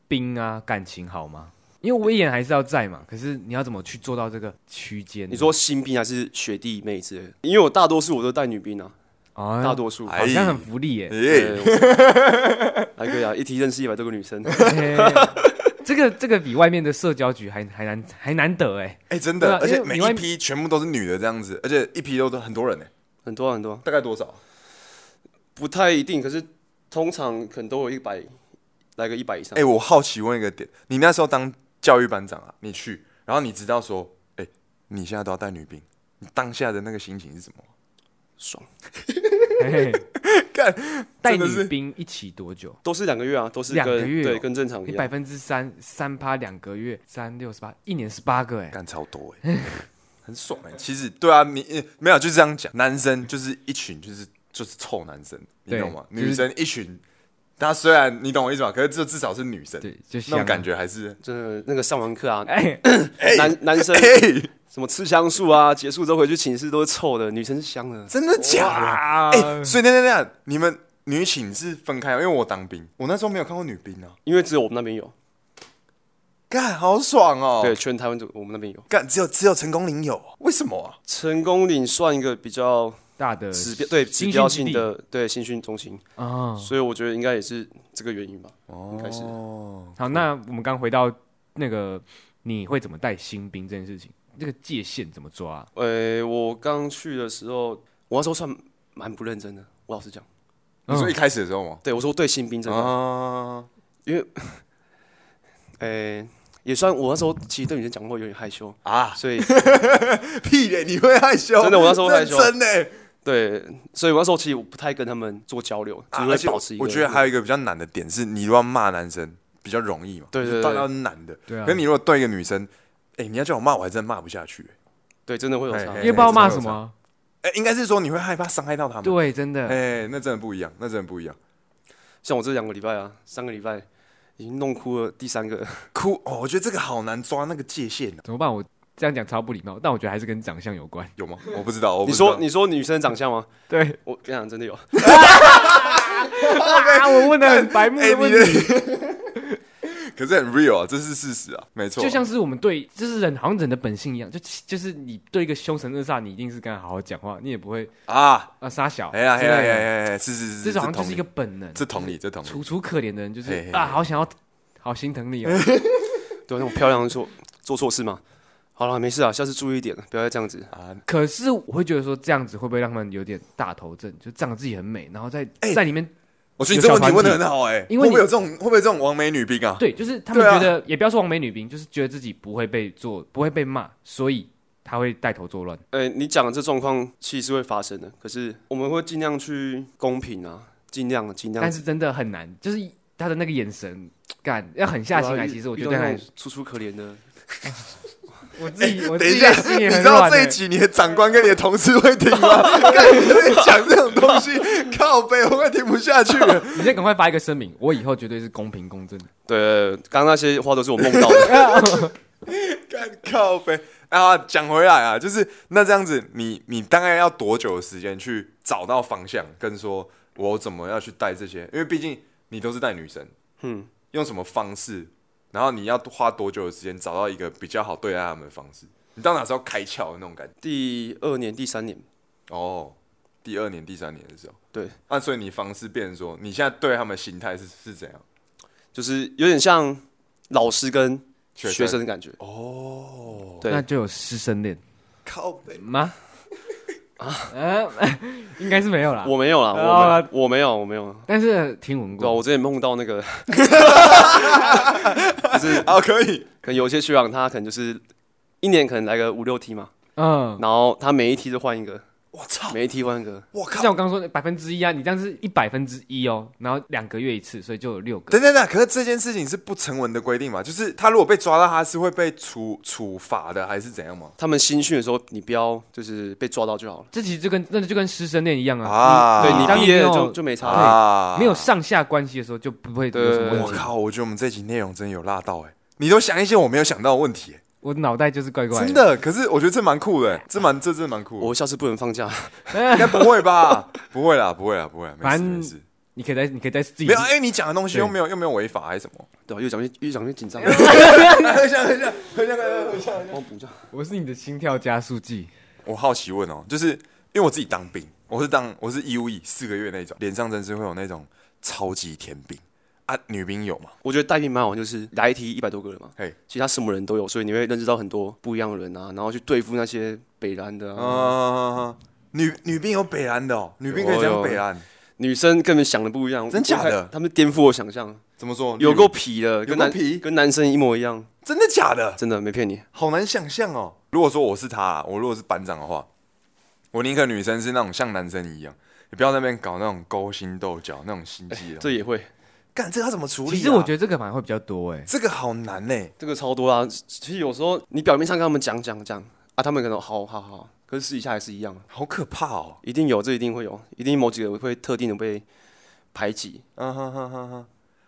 [SPEAKER 2] 兵啊感情好吗？因为威严还是要在嘛，可是你要怎么去做到这个区间呢？
[SPEAKER 3] 你说新兵还是学弟妹之类的？因为我大多数我都带女兵啊，
[SPEAKER 2] 啊，
[SPEAKER 3] 大多数。
[SPEAKER 1] 哎
[SPEAKER 2] 好像很福利耶、
[SPEAKER 1] 耶、
[SPEAKER 3] 对我 还可以啊，一提认识一百多个女生。
[SPEAKER 1] 哎
[SPEAKER 2] 嘿这个这个比外面的社交局还还难还难得哎、
[SPEAKER 1] 哎、真
[SPEAKER 2] 对
[SPEAKER 1] 的，
[SPEAKER 2] 啊
[SPEAKER 1] 而且
[SPEAKER 2] 因为
[SPEAKER 1] 每
[SPEAKER 2] 你外
[SPEAKER 1] 一批全部都是女的这样子，而且一批都都很多人呢、
[SPEAKER 3] 很多啊很多啊，
[SPEAKER 1] 大概多少？
[SPEAKER 3] 不太一定，可是通常可能都有一百，来个一百以上。
[SPEAKER 1] 哎、我好奇问一个点，你那时候当教育班长啊，你去，然后你知道说，哎、你现在都要带女兵，你当下的那个心情是什么？
[SPEAKER 3] 爽，
[SPEAKER 2] 嘿嘿
[SPEAKER 1] 干，
[SPEAKER 2] 带
[SPEAKER 1] 真的是
[SPEAKER 2] 女兵一起多久？
[SPEAKER 3] 都是两个月啊，都是
[SPEAKER 2] 两个
[SPEAKER 3] 跟
[SPEAKER 2] 月哦
[SPEAKER 3] 对跟正常一
[SPEAKER 2] 你
[SPEAKER 3] 样
[SPEAKER 2] 百。分之三三趴两个月，三六十八，一年十八个哎、
[SPEAKER 1] 干超多 哎、很爽哎、其实对啊，你呃没有就这样讲，男生就是一群就是就是臭男生，你
[SPEAKER 2] 对
[SPEAKER 1] 懂吗？
[SPEAKER 2] 就是
[SPEAKER 1] 女生一群，他虽然你懂我意思吧，可是这至少是女生，
[SPEAKER 2] 对，啊就
[SPEAKER 1] 那
[SPEAKER 2] 像
[SPEAKER 1] 种感觉还是
[SPEAKER 3] 真的那个上完课啊，
[SPEAKER 2] 哎、
[SPEAKER 3] 男男生
[SPEAKER 1] 嘿，
[SPEAKER 3] 什么吃香素啊，结束之后回去寝室都是臭的，女生是香的。
[SPEAKER 1] 真的假
[SPEAKER 2] 哇
[SPEAKER 1] 的？哎、所以那那那你们女寝是分开吗，因为我当兵，我那时候没有看过女兵啊，
[SPEAKER 3] 因为只有我们那边有，
[SPEAKER 1] 干好爽哦、
[SPEAKER 3] 对，，全台湾就我们那边有。
[SPEAKER 1] 干只有只有成功领有，为什么啊？
[SPEAKER 3] 成功岭算一个比较
[SPEAKER 2] 大
[SPEAKER 1] 呃
[SPEAKER 2] 的
[SPEAKER 3] 指标对指
[SPEAKER 2] 新
[SPEAKER 3] 标
[SPEAKER 2] 兴之
[SPEAKER 3] 性
[SPEAKER 2] 地
[SPEAKER 3] 的对新训中心，
[SPEAKER 2] 啊、
[SPEAKER 3] 所以我觉得应该也是这个原因吧，应该
[SPEAKER 1] 哦
[SPEAKER 3] 是。
[SPEAKER 2] 好，那我们刚回到那个，你会怎么带新兵这件事情？这个界限怎么抓、啊？
[SPEAKER 3] 呃，我刚去的时候，我那时候算蛮不认真的，我老实讲，
[SPEAKER 1] 你说一开始的时候吗？
[SPEAKER 3] 对我说对新兵真的，
[SPEAKER 1] 啊，
[SPEAKER 3] 呃，也算我那时候其实对女生讲话有点害羞，
[SPEAKER 1] 啊
[SPEAKER 3] 所以
[SPEAKER 1] 屁嘞！你会害羞？
[SPEAKER 3] 真的我那时候会害羞
[SPEAKER 1] 真的、欸
[SPEAKER 3] 对，所以我那时候其实我不太跟他们做交流，只
[SPEAKER 1] 啊
[SPEAKER 3] 会
[SPEAKER 1] 而且
[SPEAKER 3] 保持一个。
[SPEAKER 1] 我觉得还有一个比较难的点是，你如果要骂男生比较容易嘛，
[SPEAKER 3] 对对对
[SPEAKER 1] 大家都是男的。
[SPEAKER 2] 对啊
[SPEAKER 1] 可是你如果对一个女生，哎、你要叫我骂，我还真骂不下去、
[SPEAKER 3] 对，真的会有
[SPEAKER 1] 哎
[SPEAKER 3] 差
[SPEAKER 1] 哎。
[SPEAKER 2] 因为不知道骂什么啊，
[SPEAKER 1] 哎、应该是说你会害怕伤害到他们。，
[SPEAKER 2] 对，真的，
[SPEAKER 1] 哎、那真的不一样，那真的不一样。
[SPEAKER 3] 像我这两个礼拜啊，三个礼拜已经弄哭了第三个，
[SPEAKER 1] 哭哦，我觉得这个好难抓那个界限、啊、
[SPEAKER 2] 怎么办？我这样讲超不礼貌，但我觉得还是跟长相有关。
[SPEAKER 1] 有吗？我不知道。我不
[SPEAKER 3] 你
[SPEAKER 1] 知道
[SPEAKER 3] 说你说女生长相吗？
[SPEAKER 2] 对，
[SPEAKER 3] 我跟你讲，真的有，
[SPEAKER 2] 啊，我问的很白目
[SPEAKER 1] 哎、
[SPEAKER 2] 的
[SPEAKER 1] 你
[SPEAKER 2] 问题，
[SPEAKER 1] 的， 可是很 real 啊，这是事实啊，没错啊。
[SPEAKER 2] 就像是我们对，就是人好像人的本性一样，就就是你对一个凶神恶煞，你一定是跟他好好讲话，你也不会
[SPEAKER 1] 啊，
[SPEAKER 2] 啊傻小，
[SPEAKER 1] 哎呀哎
[SPEAKER 2] 之
[SPEAKER 1] 呀哎
[SPEAKER 2] 类
[SPEAKER 1] 呀
[SPEAKER 2] 的
[SPEAKER 1] 哎呀，是是是，
[SPEAKER 2] 这种好像就
[SPEAKER 1] 同
[SPEAKER 2] 是
[SPEAKER 1] 理
[SPEAKER 2] 一个本能。
[SPEAKER 1] 这同理，这同理。
[SPEAKER 2] 楚楚可怜的人，就是
[SPEAKER 1] 嘿嘿
[SPEAKER 2] 啊，
[SPEAKER 1] 嘿
[SPEAKER 2] 好想要，好心疼你哦。
[SPEAKER 3] 对，那种漂亮的说做错事嘛。好了，没事啊，下次注意一点，不要再这样子。
[SPEAKER 1] 啊，
[SPEAKER 2] 可是我会觉得说，这样子会不会让他们有点大头症，就仗着自己很美，然后在、
[SPEAKER 1] 哎
[SPEAKER 2] 在里面
[SPEAKER 1] 我觉得你这个问题问的很好哎、
[SPEAKER 2] 因
[SPEAKER 1] 会
[SPEAKER 2] 为你
[SPEAKER 1] 不会有这种会不会有这种完美女兵啊？
[SPEAKER 2] 对，就是他们
[SPEAKER 1] 对啊
[SPEAKER 2] 觉得、也不要说完美女兵，就是觉得自己不会被做，不会被骂，所以他会带头作乱。
[SPEAKER 3] 呃，你讲的这状况其实是会发生的，可是我们会尽量去公平啊，尽量尽量。
[SPEAKER 2] 但是真的很难，就是他的那个眼神，干要狠下
[SPEAKER 1] 啊
[SPEAKER 3] 啊
[SPEAKER 2] 心来。啊其实我觉得很
[SPEAKER 3] 还
[SPEAKER 2] 难，
[SPEAKER 3] 楚楚可怜的，
[SPEAKER 2] 我自己我
[SPEAKER 1] 哎等
[SPEAKER 2] 自
[SPEAKER 1] 一
[SPEAKER 2] 己
[SPEAKER 1] 下，
[SPEAKER 2] 内心
[SPEAKER 1] 你
[SPEAKER 2] 也很
[SPEAKER 1] 知道
[SPEAKER 2] 软、
[SPEAKER 1] 这
[SPEAKER 2] 欸
[SPEAKER 1] 一。集你的长官跟你的同事会听吗？ 干你在讲这种东西，靠背我快听不下去了。
[SPEAKER 2] 你先赶快发一个声明，我以后绝对是公平公正的。
[SPEAKER 3] 对，刚刚那些话都是我梦到 的。
[SPEAKER 1] 干靠背啊，讲回来啊，就是那这样子，你你大概要多久的时间去找到方向，跟说我怎么要去带这些？因为毕竟你都是带女生，嗯，用什么方式然后你要花多久的时间找到一个比较好对待他们的方式？你到哪时候开窍的那种感觉？
[SPEAKER 3] 第二年、第三年，
[SPEAKER 1] 哦，第二年、第三年的时候，
[SPEAKER 3] 对，
[SPEAKER 1] 那、所以你方式变成说，你现在对他们的心态是是怎样？
[SPEAKER 3] 就是有点像老师跟
[SPEAKER 1] 学生
[SPEAKER 3] 学生的感觉。
[SPEAKER 1] 哦，
[SPEAKER 3] 对
[SPEAKER 2] 那就有师生恋
[SPEAKER 1] 靠背，
[SPEAKER 2] 吗？啊， 呃，应该是没有啦。
[SPEAKER 3] 我没有啦，我
[SPEAKER 2] 啊
[SPEAKER 3] 没我没有，我没有。
[SPEAKER 2] 但是听闻
[SPEAKER 3] 对啊，
[SPEAKER 2] 过，
[SPEAKER 3] 我之前梦到那个， 就是
[SPEAKER 1] 啊，可以，
[SPEAKER 3] 可能有一些学长他可能就是一年可能来个五六梯嘛，
[SPEAKER 2] 嗯，
[SPEAKER 3] 然后他每一梯都换一个，
[SPEAKER 1] 我
[SPEAKER 2] 哦
[SPEAKER 1] 操，
[SPEAKER 3] 每一梯换一个。
[SPEAKER 1] 我
[SPEAKER 2] 就
[SPEAKER 1] 靠，
[SPEAKER 2] 像我刚刚说的百分之一啊，你这样是一百分之一哦，然后两个月一次，所以就有六个。
[SPEAKER 1] 等等等，可是这件事情是不成文的规定嘛？就是他如果被抓到，他是会被处处罚的，还是怎样吗？
[SPEAKER 3] 他们新训的时候，你不要就是被抓到就好了。
[SPEAKER 2] 这其实就跟那就跟师生恋一样啊，
[SPEAKER 1] 啊
[SPEAKER 3] 对
[SPEAKER 1] 啊
[SPEAKER 3] 你
[SPEAKER 2] 当
[SPEAKER 3] 毕业
[SPEAKER 2] 没
[SPEAKER 3] 了
[SPEAKER 2] 有
[SPEAKER 3] 就就没差
[SPEAKER 2] 啊
[SPEAKER 3] 了。
[SPEAKER 2] 没有上下关系的时候就不会有
[SPEAKER 3] 对
[SPEAKER 2] 什么问
[SPEAKER 1] 我
[SPEAKER 2] 题。
[SPEAKER 1] 靠，我觉得我们这集内容真有辣到哎、你都想一些我没有想到的问题、欸
[SPEAKER 2] 我脑袋就是怪怪
[SPEAKER 1] 真。的。可是我觉得这蛮酷的、这蛮这真的蛮酷的。
[SPEAKER 3] 我下次不能放假，
[SPEAKER 1] 应该不会吧？不会啦，不会啦，不会啦，没
[SPEAKER 2] 反
[SPEAKER 1] 事
[SPEAKER 2] 正
[SPEAKER 1] 没事。
[SPEAKER 2] 你可以在你可以在自己
[SPEAKER 1] 没有，哎、你讲的东西
[SPEAKER 2] 对
[SPEAKER 1] 又没有又没有违法还是什么？
[SPEAKER 3] 对啊，越讲越越讲越 紧张。
[SPEAKER 1] 等一下，等一下，等一下，等一下。
[SPEAKER 3] 帮我补一下。
[SPEAKER 1] 哎
[SPEAKER 2] 我是你的心跳加速剂。
[SPEAKER 1] 我好奇问哦，就是因为我自己当兵，我是当我是义务役四个月那种，脸上真是会有那种超级甜饼啊，女兵有吗？
[SPEAKER 3] 我觉得带兵蛮好，就是来一梯一百多个人嘛，
[SPEAKER 1] 嘿，
[SPEAKER 3] 其实他什么人都有，所以你会认识到很多不一样的人啊，然后去对付那些北兰的啊，
[SPEAKER 1] 嗯，女女兵有北兰的哦，女兵可以这样北兰，
[SPEAKER 3] 女生根本想的不一样，
[SPEAKER 1] 真假的
[SPEAKER 3] 他们颠覆我想象，
[SPEAKER 1] 怎么说？
[SPEAKER 3] 有够皮的，跟
[SPEAKER 1] 够
[SPEAKER 3] 男
[SPEAKER 1] 皮
[SPEAKER 3] 跟男生一模一样，
[SPEAKER 1] 真的假的？
[SPEAKER 3] 真的没骗你。
[SPEAKER 1] 好难想象哦。如果说我是他，我如果是班长的话，我宁可女生是那种像男生一样，你不要在那边搞那种勾心斗角那种心机的。
[SPEAKER 3] 这也会，
[SPEAKER 1] 干这个要怎么处理、
[SPEAKER 2] 其实我觉
[SPEAKER 1] 得
[SPEAKER 2] 得这个反而会比较多哎，
[SPEAKER 1] 这个好难欸呢、
[SPEAKER 3] 这个超多啊。其实有时候你表面上跟他们讲讲讲啊，他们可能好好好，可是私底下还是一样，
[SPEAKER 1] 好可怕哦。
[SPEAKER 3] 一定有，这一定会有，一定某几个会特定的被排挤。
[SPEAKER 1] 嗯哼哼哼哼，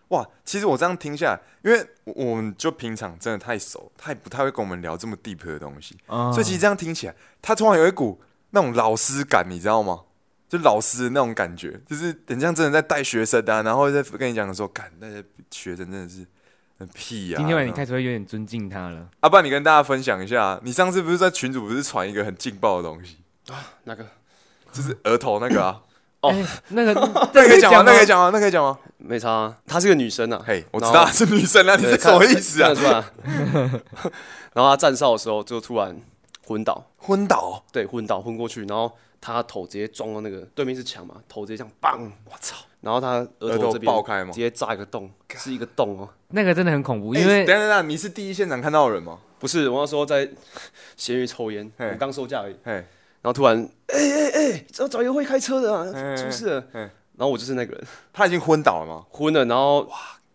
[SPEAKER 1] 哇！其实我这样听下来，因为我我们就平常真的太熟，他也不太会跟我们聊这么 deep 的东西，
[SPEAKER 2] 啊
[SPEAKER 1] 所以其实这样听起来，他突然有一股那种老师感，你知道吗？就老师的那种感觉，就是很像真的在带学生啊，然后在跟你讲说，干那些学生真的是很屁啊。
[SPEAKER 2] 今天晚上你
[SPEAKER 1] 看，
[SPEAKER 2] 开始会有点尊敬他了。
[SPEAKER 1] 阿爸，不然你跟大家分享一下，你上次不是在群主不是传一个很劲爆的东西，
[SPEAKER 3] 那个
[SPEAKER 1] 就是额头那个啊，
[SPEAKER 3] 哦
[SPEAKER 2] 哎，那个
[SPEAKER 1] 那个可以
[SPEAKER 2] 讲
[SPEAKER 1] 讲
[SPEAKER 2] 吗
[SPEAKER 1] 吗？那个可以讲吗？那个可以讲吗？
[SPEAKER 3] 没差、啊，她是个女生啊。
[SPEAKER 1] 嘿，我知
[SPEAKER 3] 然后
[SPEAKER 1] 道她是女生啊，你是
[SPEAKER 3] 对
[SPEAKER 1] 什么意思啊？
[SPEAKER 3] 看看得出来 然后他站哨的时候就突然昏倒，
[SPEAKER 1] 昏倒哦，
[SPEAKER 3] 对，昏倒昏过去，然后他头直接撞到那个对面是墙嘛，头直接这样砰，
[SPEAKER 1] 我操！
[SPEAKER 3] 然后他
[SPEAKER 1] 额
[SPEAKER 3] 额
[SPEAKER 1] 头
[SPEAKER 3] 头这边
[SPEAKER 1] 哦爆开吗
[SPEAKER 3] 直接炸一个洞，是一个洞哦。
[SPEAKER 2] 那个真的很恐怖，
[SPEAKER 1] 欸
[SPEAKER 2] 因为
[SPEAKER 1] 等一下等一下，你是第一现场看到的人吗？
[SPEAKER 3] 不是，我那时候在咸鱼抽烟，
[SPEAKER 1] 嘿
[SPEAKER 3] 我刚收假而已，
[SPEAKER 1] 嘿，
[SPEAKER 3] 然后突然，哎哎哎，找找一个会开车的
[SPEAKER 1] 嘿
[SPEAKER 3] 啊，出事了。
[SPEAKER 1] 嘿
[SPEAKER 3] 然后我就是那个人
[SPEAKER 1] 他已经昏倒了吗？
[SPEAKER 3] 昏了，然后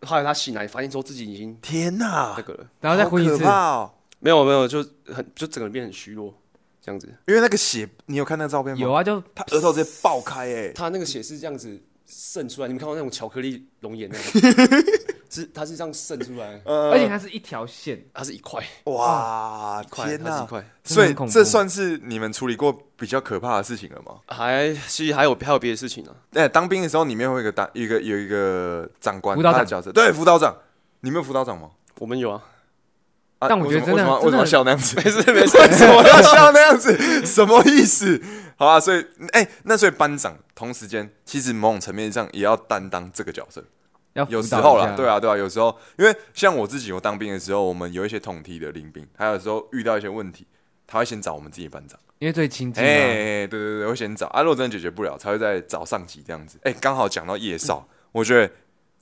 [SPEAKER 3] 后来他醒来发现说自己已经
[SPEAKER 1] 天哪
[SPEAKER 3] 那，个了，
[SPEAKER 2] 然后再昏一
[SPEAKER 1] 好
[SPEAKER 2] 次
[SPEAKER 1] 可，怕哦！
[SPEAKER 3] 没有没有，就很就整个人变得很虚弱这样子。
[SPEAKER 1] 因为那个血，你有看那个照片吗？
[SPEAKER 2] 有，啊，就
[SPEAKER 1] 他额头直接爆开哎！
[SPEAKER 3] 它那个血是这样子渗出来，你们看过那种巧克力熔岩那 种，是它是这样渗出来，
[SPEAKER 1] 呃
[SPEAKER 2] 而且它是一条线，
[SPEAKER 3] 它是一块，
[SPEAKER 1] 哇，
[SPEAKER 3] 一块
[SPEAKER 1] 天
[SPEAKER 3] 它是一
[SPEAKER 1] 哪！
[SPEAKER 3] 块，
[SPEAKER 1] 所以
[SPEAKER 2] 真的很恐怖
[SPEAKER 1] 这算是你们处理过比较可怕的事情了吗？
[SPEAKER 3] 还其实还有还有别的事情啊呢、
[SPEAKER 1] 哎，当兵的时候里面会有一个当一个有一个长官，
[SPEAKER 2] 辅导长
[SPEAKER 1] 他的角色，对，辅导长，你们有辅导长吗？
[SPEAKER 3] 我们有啊，
[SPEAKER 1] 啊
[SPEAKER 2] 但我觉得
[SPEAKER 1] 为什么
[SPEAKER 2] 真的
[SPEAKER 1] 为什么
[SPEAKER 2] 真的
[SPEAKER 1] 为什么要笑那样子？为什么要笑那
[SPEAKER 3] 没事没事，
[SPEAKER 1] 样子？什么意思？好啊，所以哎、那所以班长同时间其实某种层面上也要担当这个角色，
[SPEAKER 2] 要
[SPEAKER 1] 有
[SPEAKER 2] 辅
[SPEAKER 1] 时
[SPEAKER 2] 导
[SPEAKER 1] 候
[SPEAKER 2] 一
[SPEAKER 1] 啦，
[SPEAKER 2] 下
[SPEAKER 1] 对，啊，对啊，有时候因为像我自己，我当兵的时候，我们有一些同梯的临兵，还有时候遇到一些问题，他会先找我们自己班长，
[SPEAKER 2] 因为最亲近
[SPEAKER 1] 哎、
[SPEAKER 2] 嘛，
[SPEAKER 1] 对对对，会先找啊，如果真的解决不了，才会再找上级这样子。哎、刚好讲到夜少，我觉得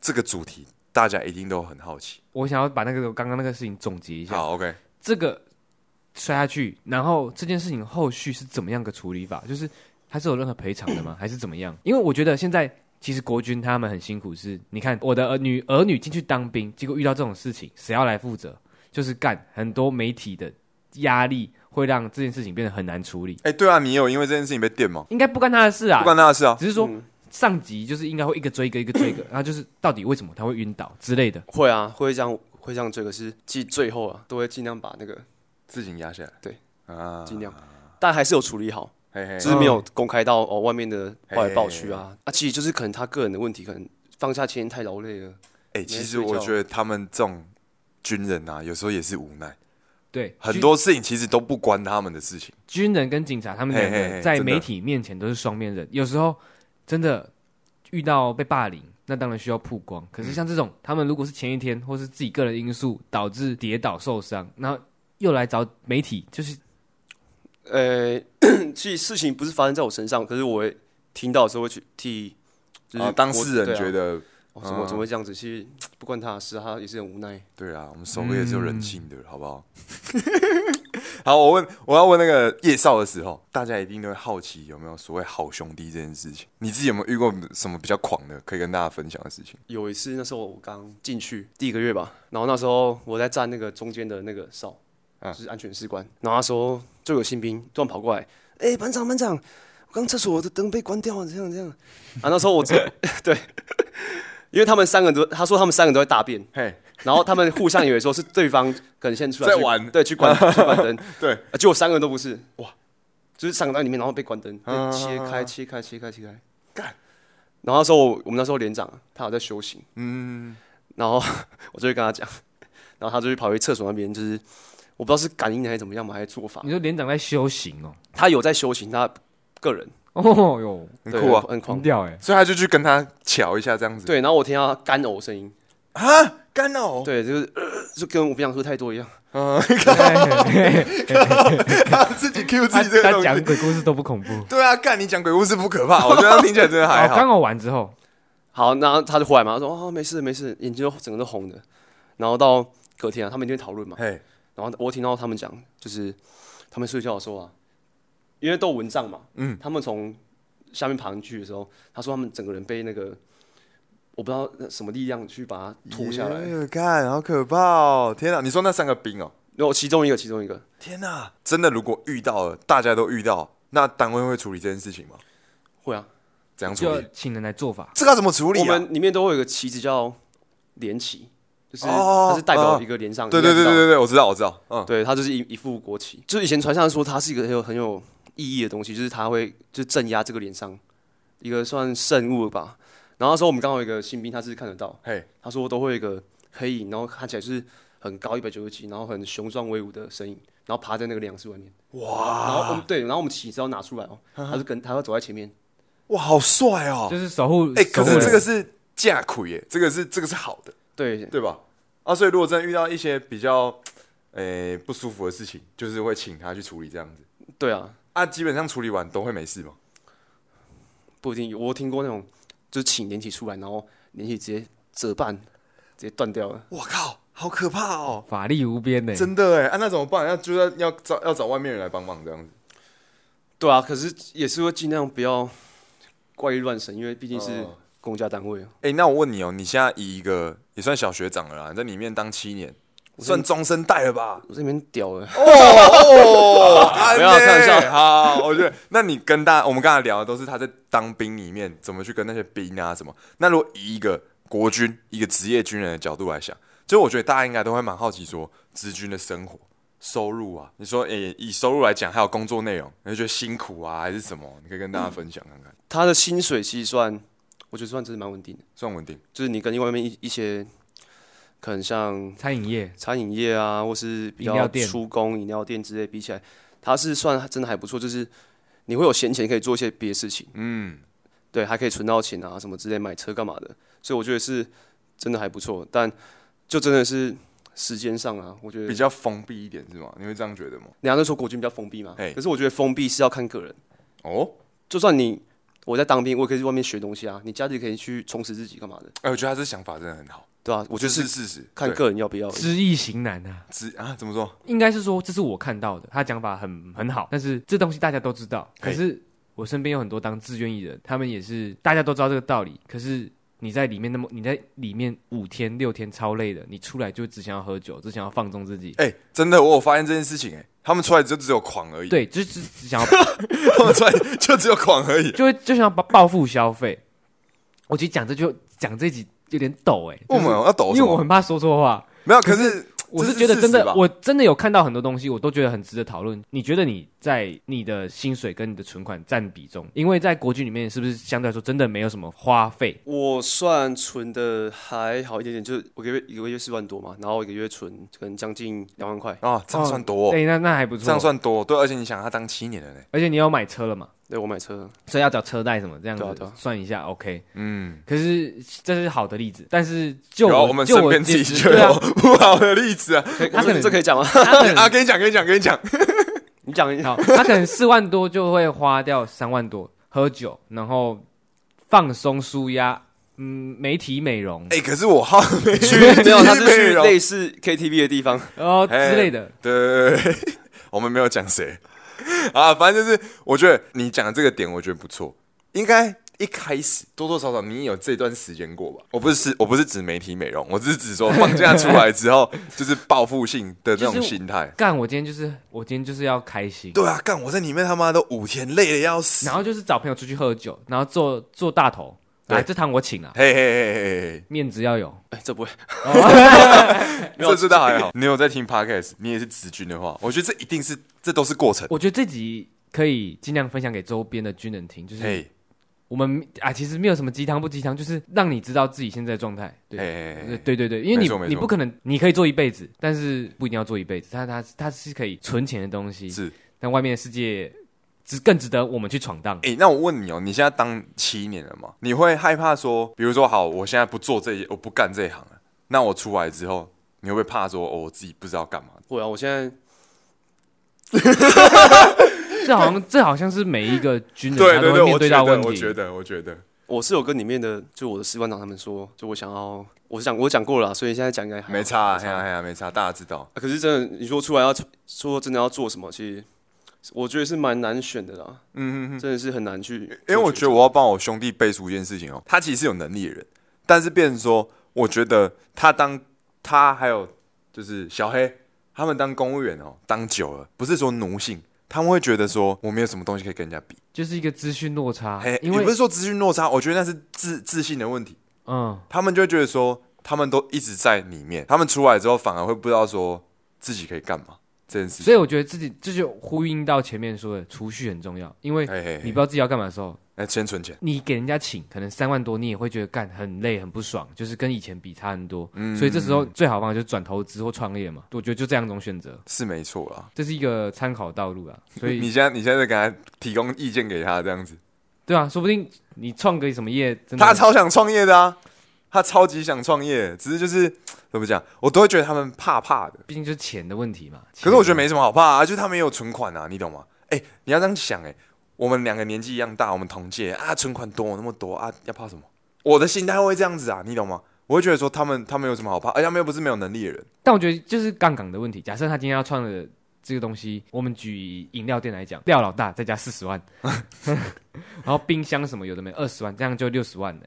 [SPEAKER 1] 这个主题大家一定都很好奇。
[SPEAKER 2] 我想要把那个刚刚那个事情总结一下，
[SPEAKER 1] 好，OK，
[SPEAKER 2] 这个摔下去，然后这件事情后续是怎么样个处理法？就是他是有任何赔偿 的吗？还是怎么样？因为我觉得现在其实国军他们很辛苦是，你看我的儿女儿女进去当兵，结果遇到这种事情，谁要来负责？就是干很多媒体的压力会让这件事情变得很难处理，
[SPEAKER 1] 哎、对啊，你有因为这件事情被电吗？
[SPEAKER 2] 应该不干他的事啊
[SPEAKER 1] 不，关他的事啊，
[SPEAKER 2] 只是说。
[SPEAKER 3] 嗯
[SPEAKER 2] 上级就是应该会一个追一个，一个 追一个，然后就是到底为什么他会晕倒之类的，
[SPEAKER 3] 会啊，会这样会这样追，可是记最后啊，都会尽量把那个
[SPEAKER 1] 事情压下来，
[SPEAKER 3] 对
[SPEAKER 1] 啊，
[SPEAKER 3] 尽量，但还是有处理好，
[SPEAKER 1] 嘿嘿，
[SPEAKER 3] 就是没有公开到哦外面的报来报
[SPEAKER 1] 嗯
[SPEAKER 3] 去
[SPEAKER 1] 嘿
[SPEAKER 3] 啊，啊，其实就是可能他个人的问题，可能放假前太劳累了，
[SPEAKER 1] 哎、
[SPEAKER 3] 没
[SPEAKER 1] 其
[SPEAKER 3] 在
[SPEAKER 1] 实
[SPEAKER 3] 睡
[SPEAKER 1] 我
[SPEAKER 3] 觉
[SPEAKER 1] 觉得他们这种军人啊，有时候也是无奈，
[SPEAKER 2] 对，
[SPEAKER 1] 很
[SPEAKER 2] 军
[SPEAKER 1] 多事情其实都不关他们的事情。
[SPEAKER 2] 军人跟警察他们两
[SPEAKER 1] 嘿嘿
[SPEAKER 2] 个
[SPEAKER 1] 嘿
[SPEAKER 2] 在
[SPEAKER 1] 真的
[SPEAKER 2] 媒体面前都是双面人，有时候真的遇到被霸凌，那当然需要曝光。
[SPEAKER 1] 嗯
[SPEAKER 2] 可是像这种，他们如果是前一天或是自己个人因素导致跌倒受伤，然后又来找媒体，就是
[SPEAKER 3] 呃，其实事情不是发生在我身上，可是我会听到的时候会去替，就是
[SPEAKER 1] 啊，
[SPEAKER 3] 我、
[SPEAKER 1] 当事
[SPEAKER 3] 对
[SPEAKER 1] 人
[SPEAKER 3] 啊
[SPEAKER 1] 觉得，嗯
[SPEAKER 3] 哦怎么怎么会这样子？其实不关他的事，他也是很无奈。
[SPEAKER 1] 对啊，我们守卫也是有人性的，
[SPEAKER 3] 嗯
[SPEAKER 1] 好不好？ 好，我问，我要问那个夜少的时候，大家一定都会好奇有没有所谓好兄弟这件事情。你自己有没有遇过什么比较狂的，可以跟大家分享的事情？
[SPEAKER 3] 有一次，那时候我刚进去第一个月吧，然后那时候我在站那个中间的那个哨，
[SPEAKER 1] 嗯
[SPEAKER 3] 就是安全士官。然后那时候就有新兵突然跑过来，哎、班长班长，我刚厕所的灯被关掉了，这样这样。啊，那时候我这 对，因为他们三个都，他说他们三个都在大便，
[SPEAKER 1] 嘿，
[SPEAKER 3] 然后他们互相以为说是对方可能先出来
[SPEAKER 1] 在
[SPEAKER 3] 去
[SPEAKER 1] 玩
[SPEAKER 3] 对，去 关去关灯，
[SPEAKER 1] 对
[SPEAKER 3] 啊，结果三个人都不是，哇，就是三个在里面，然后被关灯，被
[SPEAKER 1] 啊
[SPEAKER 3] 切开切开切开切开，干。然后那时候我我们那时候连长啊他有在修行，
[SPEAKER 1] 嗯，
[SPEAKER 3] 然后 我就会跟他讲，然后他就去跑回厕所那边，就是我不知道是感应还是怎么样嘛，还是做法
[SPEAKER 2] 你，说连长在修行哦，
[SPEAKER 3] 他有在修行，他个人
[SPEAKER 2] 哦哟，
[SPEAKER 1] 很
[SPEAKER 3] 对
[SPEAKER 1] 酷啊，
[SPEAKER 3] 很狂
[SPEAKER 2] 狂。掉 哎，
[SPEAKER 1] 所以他就去跟他瞧一下这样子。
[SPEAKER 3] 对，然后我听到他干呕声音，
[SPEAKER 1] 啊，干扰，
[SPEAKER 3] 对，就是、 呃就跟我平常喝太多一样。
[SPEAKER 1] 嗯，
[SPEAKER 2] 哎
[SPEAKER 1] 自己 Q 自
[SPEAKER 2] 他
[SPEAKER 1] 己这个
[SPEAKER 2] 他
[SPEAKER 1] 东
[SPEAKER 2] 讲
[SPEAKER 1] 西。
[SPEAKER 2] 鬼故事都不恐怖，
[SPEAKER 1] 对啊，干你讲鬼故事不可怕， 我觉得他听起来真的还
[SPEAKER 2] 哦
[SPEAKER 1] 好。
[SPEAKER 2] 刚好完之后，
[SPEAKER 3] 好，然后他就回来嘛，他说哦没事没事，眼睛都整个都红的。然后到隔天啊，他们一定会讨论嘛，
[SPEAKER 1] 嘿，
[SPEAKER 3] 然后我听到他们讲，就是他们睡觉的时候啊，因为都有蚊帐嘛，嗯，他们从下面爬进去的时候，他说他们整个人被那个我不知道那什么力量去把它拖下来，
[SPEAKER 1] 耶干好可怕哦！天哪，你说那三个兵哦，
[SPEAKER 3] 然后其中一个其中一个，
[SPEAKER 1] 天哪，真的如果遇到了，大家都遇到，那单位会处理这件事情吗？
[SPEAKER 3] 会啊，
[SPEAKER 1] 怎样
[SPEAKER 2] 就
[SPEAKER 1] 处
[SPEAKER 2] 要
[SPEAKER 1] 理？
[SPEAKER 2] 请人来做法，
[SPEAKER 1] 这个要怎么处理
[SPEAKER 3] 我
[SPEAKER 1] 啊？
[SPEAKER 3] 们里面都会有一个旗子叫连旗，就是
[SPEAKER 1] 哦
[SPEAKER 3] 它是代表一个连上，
[SPEAKER 1] 对
[SPEAKER 3] 你
[SPEAKER 1] 对
[SPEAKER 3] 应该
[SPEAKER 1] 对
[SPEAKER 3] 知道
[SPEAKER 1] 对对对，我知道我知道，嗯，
[SPEAKER 3] 对，它就是一一副国旗。就是以前传上说它是一个很有很有意义的东西，就是它会就是镇压这个脸上一个算圣物吧。然后那时候我们刚好有一个新兵，他是看得到，
[SPEAKER 1] 嘿，
[SPEAKER 3] 他说都会有一个黑影，然后看起来就是很高一百九十几，然后很雄壮威武的身影，然后爬在那个粮食外面。哇！然后我们对，然后我们旗子要拿出来哦，他就跟他要走在前面，
[SPEAKER 1] 哇，好帅哦！
[SPEAKER 2] 就是守护。
[SPEAKER 1] 哎，可
[SPEAKER 2] 守
[SPEAKER 1] 是
[SPEAKER 2] 护
[SPEAKER 1] 这个是架魁耶，这个是这个是好的，
[SPEAKER 3] 对，
[SPEAKER 1] 对吧？啊，所以如果真的遇到一些比较，诶不舒服的事情，就是会请他去处理这样子。
[SPEAKER 3] 对啊，
[SPEAKER 1] 啊，基本上处理完都会没事嘛。
[SPEAKER 3] 不一定。我听过那种就是请连旗出来，然后连旗直接折半，直接断掉了。
[SPEAKER 1] 我靠，好可怕哦！
[SPEAKER 2] 法力无边呢，
[SPEAKER 1] 真的哎，啊，那怎么办？要就要要找要找外面人来帮忙这样子。
[SPEAKER 3] 对啊，可是也是会尽量不要怪力乱神，因为毕竟是
[SPEAKER 1] 哦
[SPEAKER 3] 公家单位。
[SPEAKER 1] 哎、那我问你哦，你现在以一个也算小学长了啦，你在里面当七年，
[SPEAKER 3] 我
[SPEAKER 1] 算中生代了吧？
[SPEAKER 3] 我这边屌了，
[SPEAKER 1] 哦，
[SPEAKER 3] 没有啊
[SPEAKER 1] 安内
[SPEAKER 3] 开玩笑
[SPEAKER 1] 好，我觉得，那你跟大我们刚才聊的都是他在当兵里面怎么去跟那些兵啊什么。那如果以一个国军、一个职业军人的角度来想，就我觉得大家应该都会蛮好奇说，职军的生活、收入啊，你说，诶、以收入来讲，还有工作内容，你会觉得辛苦啊，还是什么？你可以跟大家分享看看，
[SPEAKER 3] 他的薪水其实算，我觉得算真的蛮稳定的。
[SPEAKER 1] 算稳定。
[SPEAKER 3] 就是你跟外面一一些，可能像
[SPEAKER 2] 餐饮业
[SPEAKER 3] 餐饮业啊，或是比
[SPEAKER 2] 饮料
[SPEAKER 3] 较
[SPEAKER 2] 店
[SPEAKER 3] 出工饮料店之类比起来，他是算真的还不错。就是你会有闲钱可以做一些别的事情，
[SPEAKER 1] 嗯，
[SPEAKER 3] 对，还可以存到钱啊什么之类，买车干嘛的。所以我觉得是真的还不错，但就真的是时间上啊，我觉得
[SPEAKER 1] 比较封闭一点是吗？你会这样觉得吗？
[SPEAKER 3] 人家都说国军比较封闭嘛
[SPEAKER 1] 嘿，
[SPEAKER 3] 可是我觉得封闭是要看个人。
[SPEAKER 1] 哦，
[SPEAKER 3] 就算你我在当兵，我也可以去外面学东西啊，你家里可以去充实自己干嘛的，
[SPEAKER 1] 哎、我觉得他这想法真的很好，
[SPEAKER 3] 对啊，我
[SPEAKER 1] 我
[SPEAKER 3] 觉得
[SPEAKER 1] 是
[SPEAKER 3] 是
[SPEAKER 1] 事实。
[SPEAKER 3] 看
[SPEAKER 1] 对
[SPEAKER 3] 个人要不要而已。
[SPEAKER 2] 知易行难啊。
[SPEAKER 1] 只啊，怎么说？
[SPEAKER 2] 应该是说这是我看到的，他讲法很很好，但是这东西大家都知道，可
[SPEAKER 1] 嘿
[SPEAKER 2] 是我身边有很多当志愿役人，他们也是大家都知道这个道理，可是你在里面那么你在里面五天六天超累的，你出来就只想要喝酒，只想要放纵自己。
[SPEAKER 1] 哎、真的，我有发现这件事情、哎，他们出来就只有狂而已，
[SPEAKER 2] 对，就只只想要
[SPEAKER 1] 他们出来就只有狂而已。
[SPEAKER 2] 就会就想要报报复消费。我其实讲这就讲这集有点抖哎、欸
[SPEAKER 1] 我们要抖
[SPEAKER 2] 因
[SPEAKER 1] 什
[SPEAKER 2] 为我
[SPEAKER 1] 么？
[SPEAKER 2] 很怕说错话，
[SPEAKER 1] 没有，可是
[SPEAKER 2] 我
[SPEAKER 1] 这是
[SPEAKER 2] 是觉得真
[SPEAKER 1] 事实
[SPEAKER 2] 的
[SPEAKER 1] 吧
[SPEAKER 2] 我真的有看到很多东西，我都觉得很值得讨论。你觉得你在你的薪水跟你的存款占比中？因为在国军里面，是不是相对来说真的没有什么花费？
[SPEAKER 3] 我算存的还好一点点，就是我一个月一个月四万多嘛，然后一个月存可能将近两万块。
[SPEAKER 1] 啊，这样算多、哦，
[SPEAKER 2] 对，哎那那还不错。
[SPEAKER 1] 这样，算多、哦对，而且你想他当七年了呢，
[SPEAKER 2] 而且你有买车了嘛？
[SPEAKER 3] 对我买车，
[SPEAKER 2] 所以要找车贷什么这样
[SPEAKER 3] 对啊对
[SPEAKER 2] 子
[SPEAKER 3] 啊
[SPEAKER 2] 算一下，OK。
[SPEAKER 1] 嗯，
[SPEAKER 2] 可是这是好的例子，但是就
[SPEAKER 1] 然后
[SPEAKER 2] 我
[SPEAKER 1] 啊我们
[SPEAKER 2] 就
[SPEAKER 1] 身
[SPEAKER 2] 我
[SPEAKER 1] 边自
[SPEAKER 2] 自
[SPEAKER 1] 己
[SPEAKER 2] 己
[SPEAKER 1] 就有不好的例子啊，
[SPEAKER 3] 可 以
[SPEAKER 2] 他可能
[SPEAKER 3] 这可以讲吗？
[SPEAKER 2] 啊 他可
[SPEAKER 1] 啊，
[SPEAKER 2] 能
[SPEAKER 1] 跟你讲，跟你讲，跟你讲，
[SPEAKER 3] 你讲一下。
[SPEAKER 2] 好，他可能四万多就会花掉三万多喝酒，然后放松舒压，嗯，美体美容
[SPEAKER 1] 哎、可是我好没
[SPEAKER 3] 去
[SPEAKER 1] 去
[SPEAKER 3] 没有，他是
[SPEAKER 1] 内
[SPEAKER 3] 去
[SPEAKER 1] 容，
[SPEAKER 3] 类似 KTV 的地方。
[SPEAKER 2] 哦
[SPEAKER 1] 哎
[SPEAKER 2] 之类的。
[SPEAKER 1] 对对对对，我们没有讲谁啊，反正就是我觉得你讲的这个点，我觉得不错，应该一开始多多少少你也有这段时间过吧？我不是指我不是指媒体美容，我只是指说放假出来之后就是报复性的那种
[SPEAKER 2] 就是
[SPEAKER 1] 心态。
[SPEAKER 2] 干，我今天就是我今天就是要开心，
[SPEAKER 1] 对啊，干我在里面他妈都五天累的要死
[SPEAKER 2] 然，后就是找朋友出去喝酒，然后做做大头，
[SPEAKER 1] 对
[SPEAKER 2] 来这趟我请啊，
[SPEAKER 1] 嘿嘿嘿嘿嘿。
[SPEAKER 2] 面子要有。
[SPEAKER 3] 哎，这不会， 没有
[SPEAKER 1] 这知道还好。你有在听 podcast，你也是直军的话，我觉得这一定是，这都是过程。
[SPEAKER 2] 我觉得这集可以尽量分享给周边的军人听，就是
[SPEAKER 1] 嘿，
[SPEAKER 2] 我们啊，其实没有什么鸡汤不鸡汤，就是让你知道自己现在的状态。对，
[SPEAKER 1] 哎，
[SPEAKER 2] 对对对对，因为
[SPEAKER 1] 没
[SPEAKER 2] 你
[SPEAKER 1] 错没错
[SPEAKER 2] 你不可能，你可以做一辈子，但是不一定要做一辈子。它它它是可以存钱的东西，
[SPEAKER 1] 是。
[SPEAKER 2] 但外面的世界值更值得我们去闯 荡。
[SPEAKER 1] 哎、那我问你哦，你现在当七年了嘛？你会害怕说，比如说，好，我现在不做这一，我不干这一行了，那我出来之后，你会不会怕说，哦，我自己不知道干嘛？
[SPEAKER 3] 我啊，我现在
[SPEAKER 2] 这好像这好像是每一个军人
[SPEAKER 1] 对
[SPEAKER 2] 他
[SPEAKER 1] 对对，
[SPEAKER 2] 都会
[SPEAKER 1] 我
[SPEAKER 2] 面对
[SPEAKER 1] 觉
[SPEAKER 2] 到
[SPEAKER 1] 得，
[SPEAKER 2] 的问
[SPEAKER 1] 我
[SPEAKER 2] 题
[SPEAKER 1] 觉。得，我觉得
[SPEAKER 3] 我是有跟里面的，就我的士官长他们说，就我想要，我讲我讲过了啦，所以现在讲应该还好
[SPEAKER 1] 没差、啊，哎呀哎呀，没差，大家知道。
[SPEAKER 3] 啊可是真的，你说出来要说真的要做什么，其实我觉得是蛮难选的啦。嗯真的是很难去。
[SPEAKER 1] 因为我觉得我要帮我兄弟背书一件事情哦，他其实是有能力的人，但是变成说，我觉得他当他还有就是小黑他们当公务员哦，当久了不是说奴性，他们会觉得说我没有什么东西可以跟人家比，
[SPEAKER 2] 就是一个资讯落差
[SPEAKER 1] 哎，，
[SPEAKER 2] 因
[SPEAKER 1] 也
[SPEAKER 2] 为
[SPEAKER 1] 不是说资讯落差，我觉得那是自自信的问题，
[SPEAKER 2] 嗯，
[SPEAKER 1] 他们就会觉得说他们都一直在里面，他们出来之后反而会不知道说自己可以干嘛这件事情，
[SPEAKER 2] 所以我觉得自己这就呼应到前面说的储蓄很重要，因为
[SPEAKER 1] 哎哎
[SPEAKER 2] 你不知道自己要干嘛的时候，
[SPEAKER 1] 哎，先存钱，
[SPEAKER 2] 你给人家请可能三万多，你也会觉得干很累很不爽，就是跟以前比差很多。
[SPEAKER 1] 嗯
[SPEAKER 2] 所以这时候最好的方法就是转投资或创业嘛，我觉得就这两种选择。
[SPEAKER 1] 是没错啦。
[SPEAKER 2] 这是一个参考道路啊，所
[SPEAKER 1] 你
[SPEAKER 2] 以
[SPEAKER 1] 现在你现在在给他提供意见给他这样子。
[SPEAKER 2] 对啊，说不定你创个什么业，真的
[SPEAKER 1] 他超想创业的啊，他超级想创业，只是就是怎么讲，我都会觉得他们怕怕的。
[SPEAKER 2] 毕竟就是钱的问题嘛。
[SPEAKER 1] 可是我觉得
[SPEAKER 2] 钱
[SPEAKER 1] 没什么好怕啊，就是他们也有存款啊，你懂吗？哎、你要这样想、哎，我们两个年纪一样大，我们同届啊，存款多我那么多啊，要怕什么？我的心态会这样子啊，你懂吗？我会觉得说他们他们有什么好怕，而哎且他们又不是没有能力的人。
[SPEAKER 2] 但我觉得就是杠杆的问题。假设他今天要创的这个东西，我们举饮料店来讲，廖老大再加四 十万，然后冰箱什么有的没二十万，这样就六十万了、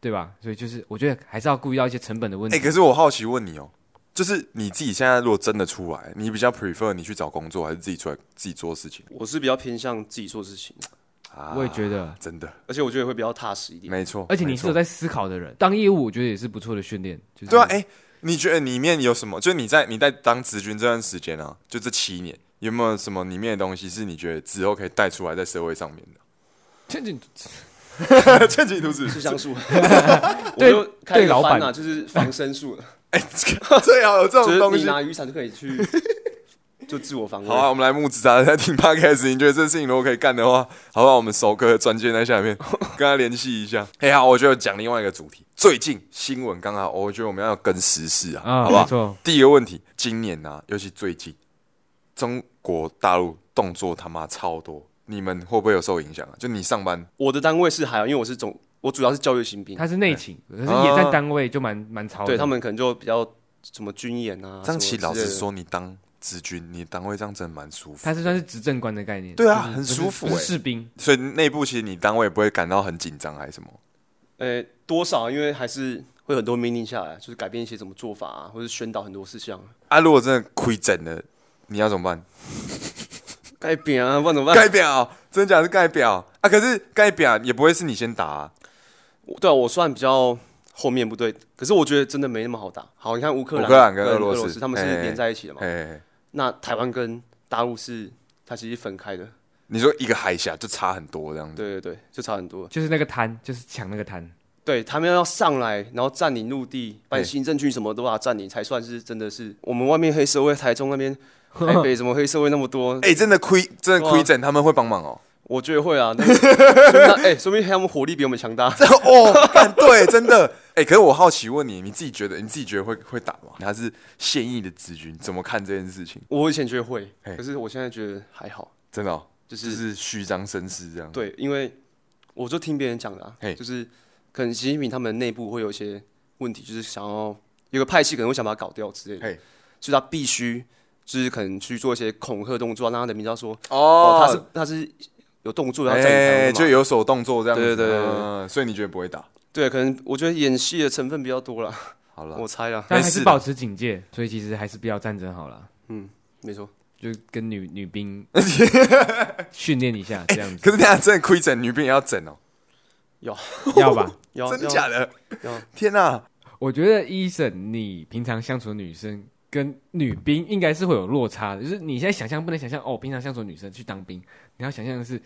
[SPEAKER 2] 对吧？所以就是我觉得还是要顾虑到一些成本的问
[SPEAKER 1] 哎、
[SPEAKER 2] 题。
[SPEAKER 1] 可是我好奇问你哦、就是你自己现在如果真的出来，你比较 prefer 你去找工作，还是自己出来自己做事情
[SPEAKER 3] 我是比较偏向自己做事情，
[SPEAKER 1] 啊？
[SPEAKER 2] 我也觉得，
[SPEAKER 1] 真的
[SPEAKER 3] 而且我觉得会比较踏实一点。
[SPEAKER 1] 没错，
[SPEAKER 2] 而且你
[SPEAKER 1] 没
[SPEAKER 2] 是
[SPEAKER 1] 错
[SPEAKER 2] 有在思考的人，当业务我觉得也是不错的训练。就是、
[SPEAKER 1] 对啊，
[SPEAKER 3] 嗯
[SPEAKER 1] 哎、你觉得里面有什么？就你在你在当职军这段时间啊，就这七年，有没有什么里面的东西是你觉得之后可以带出来在社会上面
[SPEAKER 2] 这这
[SPEAKER 1] 的？ 劝进都是
[SPEAKER 3] 是香树，我
[SPEAKER 2] 对
[SPEAKER 3] 就开一
[SPEAKER 2] 对
[SPEAKER 3] 个
[SPEAKER 2] 老板
[SPEAKER 3] 班啊，就是防身术，
[SPEAKER 1] 最啊好有 这
[SPEAKER 3] 就
[SPEAKER 1] 种
[SPEAKER 3] 是
[SPEAKER 1] 东
[SPEAKER 3] 你
[SPEAKER 1] 西。
[SPEAKER 3] 拿雨伞就可以去就自我防卫
[SPEAKER 1] 好。啊，我们来募资啊！在听 podcast，你觉得这事情如果可以干的话，好不啊好？我们首歌的专辑在下 面跟他联系一下。哎呀，我就讲另外一个主题，最近新闻刚好，我觉得我们要跟时事啊，
[SPEAKER 2] 啊，
[SPEAKER 1] 好不
[SPEAKER 2] 没
[SPEAKER 1] 好？
[SPEAKER 2] 错，
[SPEAKER 1] 第一个问题，今年啊，尤其最近，中国大陆动作他妈超多，你们会不会有受影响啊？就你上班，
[SPEAKER 3] 我的单位是还好，因为我是总，我主要是教育新兵，
[SPEAKER 1] 嗯
[SPEAKER 2] 他是内勤，可是也
[SPEAKER 1] 哦
[SPEAKER 2] 在单位就蛮蛮超的。
[SPEAKER 3] 对他们可能就比较什么军演啊。
[SPEAKER 1] 张琪
[SPEAKER 3] 什么
[SPEAKER 1] 老
[SPEAKER 3] 之类
[SPEAKER 1] 实
[SPEAKER 3] 的，
[SPEAKER 1] 说，你当职军，你单位这样真的蛮舒服
[SPEAKER 2] 他。是算是执政官的概念。
[SPEAKER 1] 对啊
[SPEAKER 2] 就是
[SPEAKER 1] 很舒服
[SPEAKER 2] 不是
[SPEAKER 1] 欸
[SPEAKER 2] 士兵。
[SPEAKER 1] 所以内部其实你单位不会感到很紧张还是什么？
[SPEAKER 3] 呃，多少因为还是会有很多命令下来，啊就是改变一些什么做法啊，或者宣导很多事项。
[SPEAKER 1] 啊，如果真的亏整了，你要怎么办？
[SPEAKER 3] 改变啊，不然怎么办？
[SPEAKER 1] 盖表，真的假的是盖表啊？可是盖表也不会是你先打、啊，
[SPEAKER 3] 我对啊，我算比较后面部队，可是我觉得真的没那么好打。好，你看乌克兰、
[SPEAKER 1] 乌克兰跟
[SPEAKER 3] 俄
[SPEAKER 1] 俄罗斯
[SPEAKER 3] 斯，他们是
[SPEAKER 1] 嘿
[SPEAKER 3] 连在一起的嘛？
[SPEAKER 1] 哎，
[SPEAKER 3] 那台湾跟大陆是它其实分开的。
[SPEAKER 1] 你说一个海峡就差很多这样子，
[SPEAKER 3] 对对对，就差很多。
[SPEAKER 2] 就是那个滩，就是抢那个滩。
[SPEAKER 3] 对他们要上来，然后占领陆地，办行政区什么都把它占领，才算是真的是我们外面黑社会，台中那边、台北什么黑社会那么多，
[SPEAKER 1] 哎、真的亏，真
[SPEAKER 3] 啊
[SPEAKER 1] 的亏整，他们会帮忙哦。
[SPEAKER 3] 我觉得会啊。但是 那哎、说明他们火力比我们强大。
[SPEAKER 1] 哦，干对，真的。哎、可是我好奇问你，你自己觉得你自己觉得会会打吗？他是现役的职军，怎么看这件事情？
[SPEAKER 3] 我以前觉得会，
[SPEAKER 1] 嘿
[SPEAKER 3] 可是我现在觉得还好，
[SPEAKER 1] 真的、哦，
[SPEAKER 3] 就
[SPEAKER 1] 就是是虚张声势这样。
[SPEAKER 3] 对，因为我就听别人讲的、啊
[SPEAKER 1] 嘿，
[SPEAKER 3] 就是可能习近平他们内部会有一些问题，就是想要有个派系可能会想把他搞掉之类的
[SPEAKER 1] 嘿，
[SPEAKER 3] 所以他必须就是可能去做一些恐吓动作，让他的民众说
[SPEAKER 1] 哦
[SPEAKER 3] 哦，他是他是有动作要占领台
[SPEAKER 1] 哎、
[SPEAKER 3] 湾嘛
[SPEAKER 1] 就有所动作这样子。
[SPEAKER 3] 对对对对对
[SPEAKER 1] 嗯所以你觉得不会打？
[SPEAKER 3] 对，可能我觉得演戏的成分比较多啦，
[SPEAKER 1] 好了，
[SPEAKER 3] 我猜啦，
[SPEAKER 2] 但还
[SPEAKER 1] 没事的
[SPEAKER 2] 是保持警戒，所以其实还是不要战争好了，
[SPEAKER 3] 嗯没错，
[SPEAKER 2] 就跟女 女兵训练一下
[SPEAKER 1] 哎
[SPEAKER 2] 这样子，
[SPEAKER 1] 可是等一下真的亏整，女兵也要整哦，
[SPEAKER 2] 要吧？
[SPEAKER 3] 要
[SPEAKER 1] 真的假的
[SPEAKER 3] 要？
[SPEAKER 1] 天哪、
[SPEAKER 2] 我觉得医生，你平常相处的女生跟女兵应该是会有落差的，就是你现在想象不能想象哦，平常相处的女生去当兵，你要想象的是，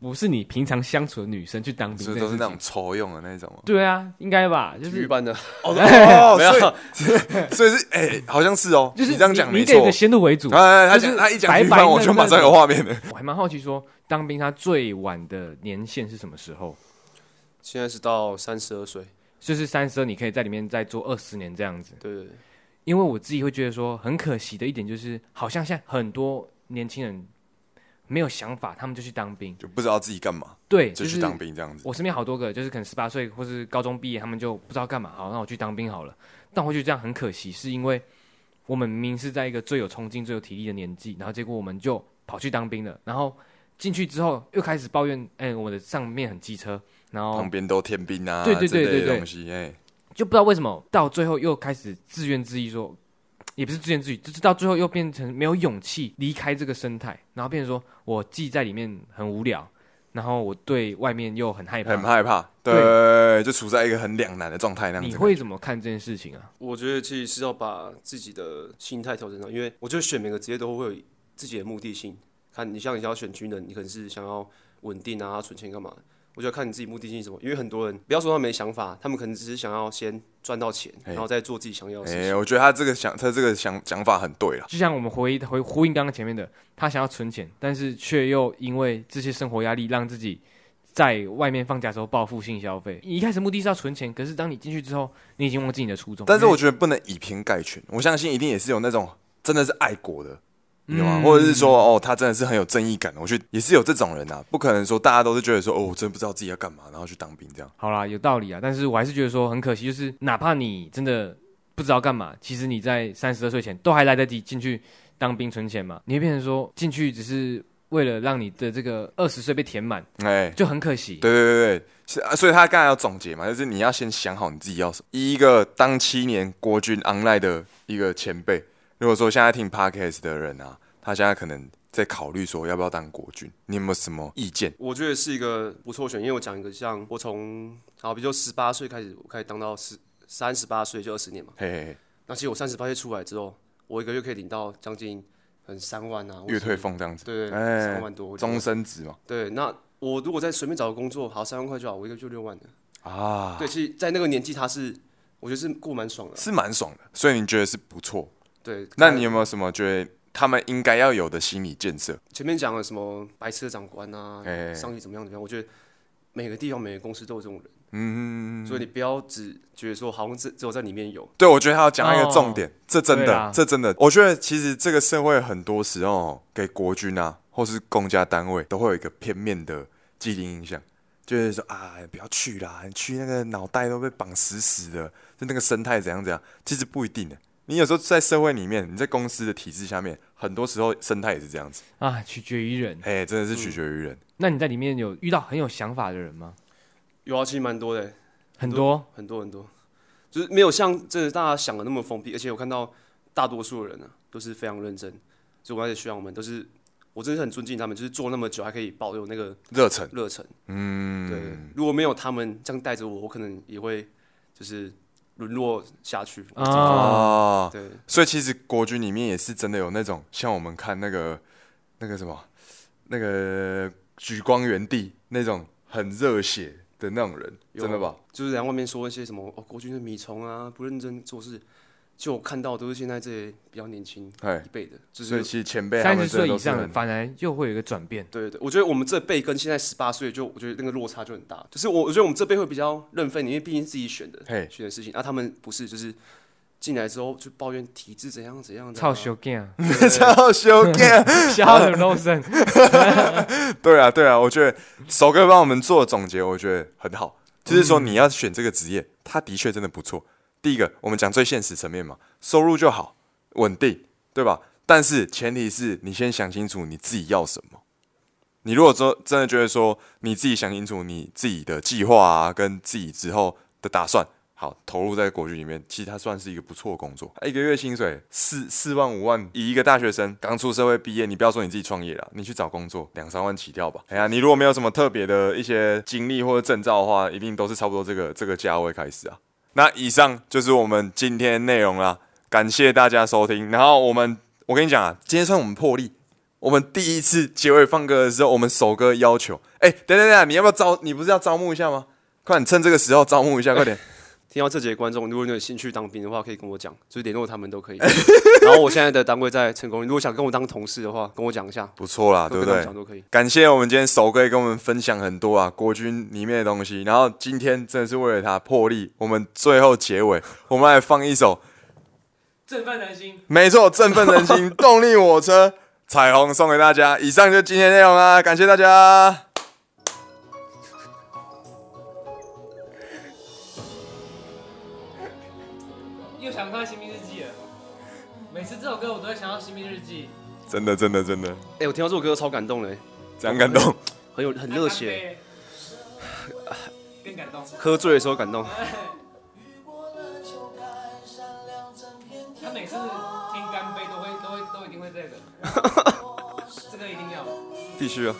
[SPEAKER 2] 不是你平常相处的女生去当兵
[SPEAKER 1] 是
[SPEAKER 2] 这
[SPEAKER 1] 不是
[SPEAKER 2] 件
[SPEAKER 1] 都是
[SPEAKER 2] 事
[SPEAKER 1] 那种
[SPEAKER 2] 情？
[SPEAKER 1] 抽用的那种哦？
[SPEAKER 2] 对啊，应该吧，就
[SPEAKER 3] 体育
[SPEAKER 2] 是
[SPEAKER 3] 班的，
[SPEAKER 1] 哦，
[SPEAKER 3] 没
[SPEAKER 1] 所
[SPEAKER 3] 有
[SPEAKER 1] 以，所以 是哎、好像是哦，
[SPEAKER 2] 就是
[SPEAKER 1] 你这样讲
[SPEAKER 2] 你
[SPEAKER 1] 没
[SPEAKER 2] 得有
[SPEAKER 1] 错
[SPEAKER 2] 个。先入为主。
[SPEAKER 1] 哎，他
[SPEAKER 2] 就
[SPEAKER 1] 讲
[SPEAKER 2] 是
[SPEAKER 1] 他一讲
[SPEAKER 2] 白
[SPEAKER 1] 女
[SPEAKER 2] 白
[SPEAKER 1] 版，我
[SPEAKER 2] 嫩
[SPEAKER 1] 就马
[SPEAKER 2] 嫩
[SPEAKER 1] 上
[SPEAKER 2] 的
[SPEAKER 1] 有画面了。
[SPEAKER 2] 我还蛮好奇说，当兵他最晚的年限是什么时候？
[SPEAKER 3] 现在是到三十二岁，
[SPEAKER 2] 就是三十二，你可以在里面再做二十年这样子。
[SPEAKER 3] 对对对，
[SPEAKER 2] 因为我自己会觉得说，很可惜的一点就是，好像现在很多年轻人没有想法，他们就去当兵。
[SPEAKER 1] 就不知道自己干嘛，
[SPEAKER 2] 对，
[SPEAKER 1] 就是去当兵这样子。
[SPEAKER 2] 我身边好多个，就是可能十八岁或是高中毕业，他们就不知道干嘛，好，那我去当兵好了。但我觉得这样很可惜，是因为我们明明是在一个最有冲劲、最有体力的年纪，然后结果我们就跑去当兵了，然后进去之后又开始抱怨，哎、我的上面很机车，然后
[SPEAKER 1] 旁边都天兵啊，
[SPEAKER 2] 哦对对对
[SPEAKER 1] 之类的
[SPEAKER 2] 对对
[SPEAKER 1] 东西，哎，
[SPEAKER 2] 就不知道为什么到最后又开始自怨自艾说，也不是自怨自艾，就是到最后又变成没有勇气离开这个生态，然后变成说我既在里面很无聊，然后我对外面又很害怕。
[SPEAKER 1] 很害怕，
[SPEAKER 2] 对
[SPEAKER 1] 对，就处在一个很两难的状态那样子。
[SPEAKER 2] 你会怎么看这件事情啊？
[SPEAKER 3] 我觉得其实是要把自己的心态调整好，因为我觉得选每个职业都会有自己的目的性。看你像你想要选军人，你可能是想要稳定啊、存钱干嘛？我觉得看你自己目的性是什么。因为很多人不要说他没想法，他们可能只是想要先赚到钱，
[SPEAKER 1] 嘿
[SPEAKER 3] 然后再做自己想要的事
[SPEAKER 1] 哎，
[SPEAKER 3] 情。
[SPEAKER 1] 我觉得他这个想，他这个想讲法很对了。
[SPEAKER 2] 就像我们回回呼应刚刚前面的，他想要存钱，但是却又因为这些生活压力，让自己在外面放假的时候报复性消费。你一开始目的是要存钱，可是当你进去之后，你已经忘记你的初衷。
[SPEAKER 1] 但是我
[SPEAKER 2] 因为
[SPEAKER 1] 觉得不能以偏概全，我相信一定也是有那种真的是爱国的，你
[SPEAKER 2] 嗯
[SPEAKER 1] 懂吗？或者是说，哦，他真的是很有正义感的，我觉得也是有这种人啊，不可能说大家都是觉得说，哦，我真的不知道自己要干嘛，然后去当兵这样。
[SPEAKER 2] 好啦，有道理啊，但是我还是觉得说很可惜，就是哪怕你真的不知道干嘛，其实你在三十二岁前都还来得及进去当兵存钱嘛，你会变成说进去只是为了让你的这个二十岁被填满，
[SPEAKER 1] 哎，
[SPEAKER 2] 就很可惜。
[SPEAKER 1] 对对对对，是啊，所以他刚才要总结嘛，就是你要先想好你自己要什么。以一个当七年国军 online 的一个前辈，如果说现在听 podcast 的人啊，他现在可能在考虑说要不要当国军，你有没有什么意见？
[SPEAKER 3] 我觉得是一个不错选，因为我讲一个像我从好比就十八岁开始，我开始当到十三十八岁就二十年嘛。
[SPEAKER 1] 嘿嘿嘿，
[SPEAKER 3] 那其实我三十八岁出来之后，我一个月可以领到将近很三万啊，或者
[SPEAKER 1] 月退俸这样子，
[SPEAKER 3] 对对
[SPEAKER 1] 哎
[SPEAKER 3] 三万多，我觉得
[SPEAKER 1] 终身职嘛。
[SPEAKER 3] 对，那我如果再随便找个工作，好三万块就好，我一个就六万的。
[SPEAKER 1] 啊，
[SPEAKER 3] 对，其实，在那个年纪，他是我觉得是过蛮爽的啊。
[SPEAKER 1] 是蛮爽的，所以你觉得是不错。
[SPEAKER 3] 对，
[SPEAKER 1] 那你有没有什么觉得他们应该要有的心理建设？
[SPEAKER 3] 前面讲了什么白痴的长官啊
[SPEAKER 1] 哎，
[SPEAKER 3] 上级怎么样怎么样？我觉得每个地方每个公司都有这种人，
[SPEAKER 1] 嗯，
[SPEAKER 3] 所以你不要只觉得说好像只只有在里面有。
[SPEAKER 1] 对，我觉得他要讲到一个重点，这真
[SPEAKER 2] 对
[SPEAKER 1] 的
[SPEAKER 2] 啦，
[SPEAKER 1] 这真的，我觉得其实这个社会很多时候给国军啊，或是公家单位都会有一个片面的既定印象，就是说啊，不要去啦，你去那个脑袋都被绑死死的，就那个生态怎样怎样，其实不一定的。你有时候在社会里面，你在公司的体制下面，很多时候生态也是这样子，
[SPEAKER 2] 啊，取决于人。
[SPEAKER 1] 哎，真的是取决于人。
[SPEAKER 2] 那你在里面有遇到很有想法的人吗？
[SPEAKER 3] 有啊，其实蛮多的欸，
[SPEAKER 2] 很多，
[SPEAKER 3] 很多很多，就是没有像真的大家想的那么封闭。而且我看到大多数的人呢、啊，都是非常认真，就我那些学长们都是，我真的很尊敬他们，就是做那么久还可以保有那个
[SPEAKER 1] 热忱，
[SPEAKER 3] 热忱。
[SPEAKER 1] 嗯，
[SPEAKER 3] 对，如果没有他们这样带着我，我可能也会就是沦落下去。
[SPEAKER 2] 啊
[SPEAKER 1] 哦，
[SPEAKER 3] 对，
[SPEAKER 1] 所以其实国军里面也是真的有那种像我们看那个那个什么，那个举光原地那种很热血的那种人，
[SPEAKER 3] 有
[SPEAKER 1] 真的吧？？
[SPEAKER 3] 就是在外面说一些什么哦，国军是米虫啊，不认真做事。就我看到都是现在这些比较年轻
[SPEAKER 1] 哎
[SPEAKER 3] 一，辈的，就
[SPEAKER 1] 所以
[SPEAKER 3] 是
[SPEAKER 1] 其实前辈他
[SPEAKER 2] 三
[SPEAKER 1] 们
[SPEAKER 2] 十
[SPEAKER 1] 真的
[SPEAKER 2] 岁
[SPEAKER 1] 都
[SPEAKER 2] 以
[SPEAKER 1] 是
[SPEAKER 2] 上的
[SPEAKER 1] 很
[SPEAKER 2] 反而又会有一个转变。
[SPEAKER 3] 对对对，我觉得我们这辈跟现在十八岁就，我觉得那个落差就很大。就是我我觉得我们这辈会比较认份，因为毕竟自己选的
[SPEAKER 1] 嘿
[SPEAKER 3] 选的事情，啊，他们不是，就是进来之后就抱怨体制怎样怎样
[SPEAKER 1] 啊
[SPEAKER 3] 的、
[SPEAKER 2] 操小 g
[SPEAKER 1] 超羞干。
[SPEAKER 2] 笑的 Rosen，
[SPEAKER 1] 对啊，对啊，我觉得首哥帮我们做总结，我觉得很好，就是说你要选这个职业，他的确真的不错。第一个，我们讲最现实层面嘛，收入就好，稳定，对吧？但是前提是你先想清楚你自己要什么。你如果说真的觉得说你自己想清楚你自己的计划啊，跟自己之后的打算，好投入在国军里面，其实它算是一个不错的工作，哎一个月薪水四四万五万，以一个大学生刚出社会毕业，你不要说你自己创业了，你去找工作两三万起跳吧。哎呀，你如果没有什么特别的一些经历或者证照的话，一定都是差不多这个这个价位开始啊。那以上就是我们今天内容啦，感谢大家收听。然后我们，我跟你讲啊，今天算我们破例，我们第一次结尾放歌的时候，我们首歌要求，哎、等等等等，你要不要招？你不是要招募一下吗？快点，趁这个时候招募一下，快点。
[SPEAKER 3] 听到这节观众，如果你有兴趣当兵的话，可以跟我讲，就是联络他们都 可以。然后我现在的单位在成功，如果想跟我当同事的话，跟我讲一下，
[SPEAKER 1] 不错啦，对
[SPEAKER 3] 跟
[SPEAKER 1] 不
[SPEAKER 3] 他们
[SPEAKER 1] 对
[SPEAKER 3] 讲？都可以。
[SPEAKER 1] 感谢我们今天首哥也跟我们分享很多啊，国军里面的东西。然后今天真的是为了他破例，我们最后结尾， 我们来放一首，
[SPEAKER 2] 正犯男心。
[SPEAKER 1] 没错，振奋人心，动力火车， 彩虹送给大家。以上就是今天内容啦，感谢大家。
[SPEAKER 2] 又想看《新兵日记》了。每次这首歌我都会想到《新兵日记
[SPEAKER 1] 真的，真的，真的，
[SPEAKER 3] 哎、我听到这首歌超感动嘞，
[SPEAKER 1] 这样感动。
[SPEAKER 3] 很有》，很热血，，
[SPEAKER 2] 更感动。
[SPEAKER 3] 喝醉的时候感动。
[SPEAKER 2] 他每次 听干杯都会都会都一定会这个，这个一定要。
[SPEAKER 1] 必须啊！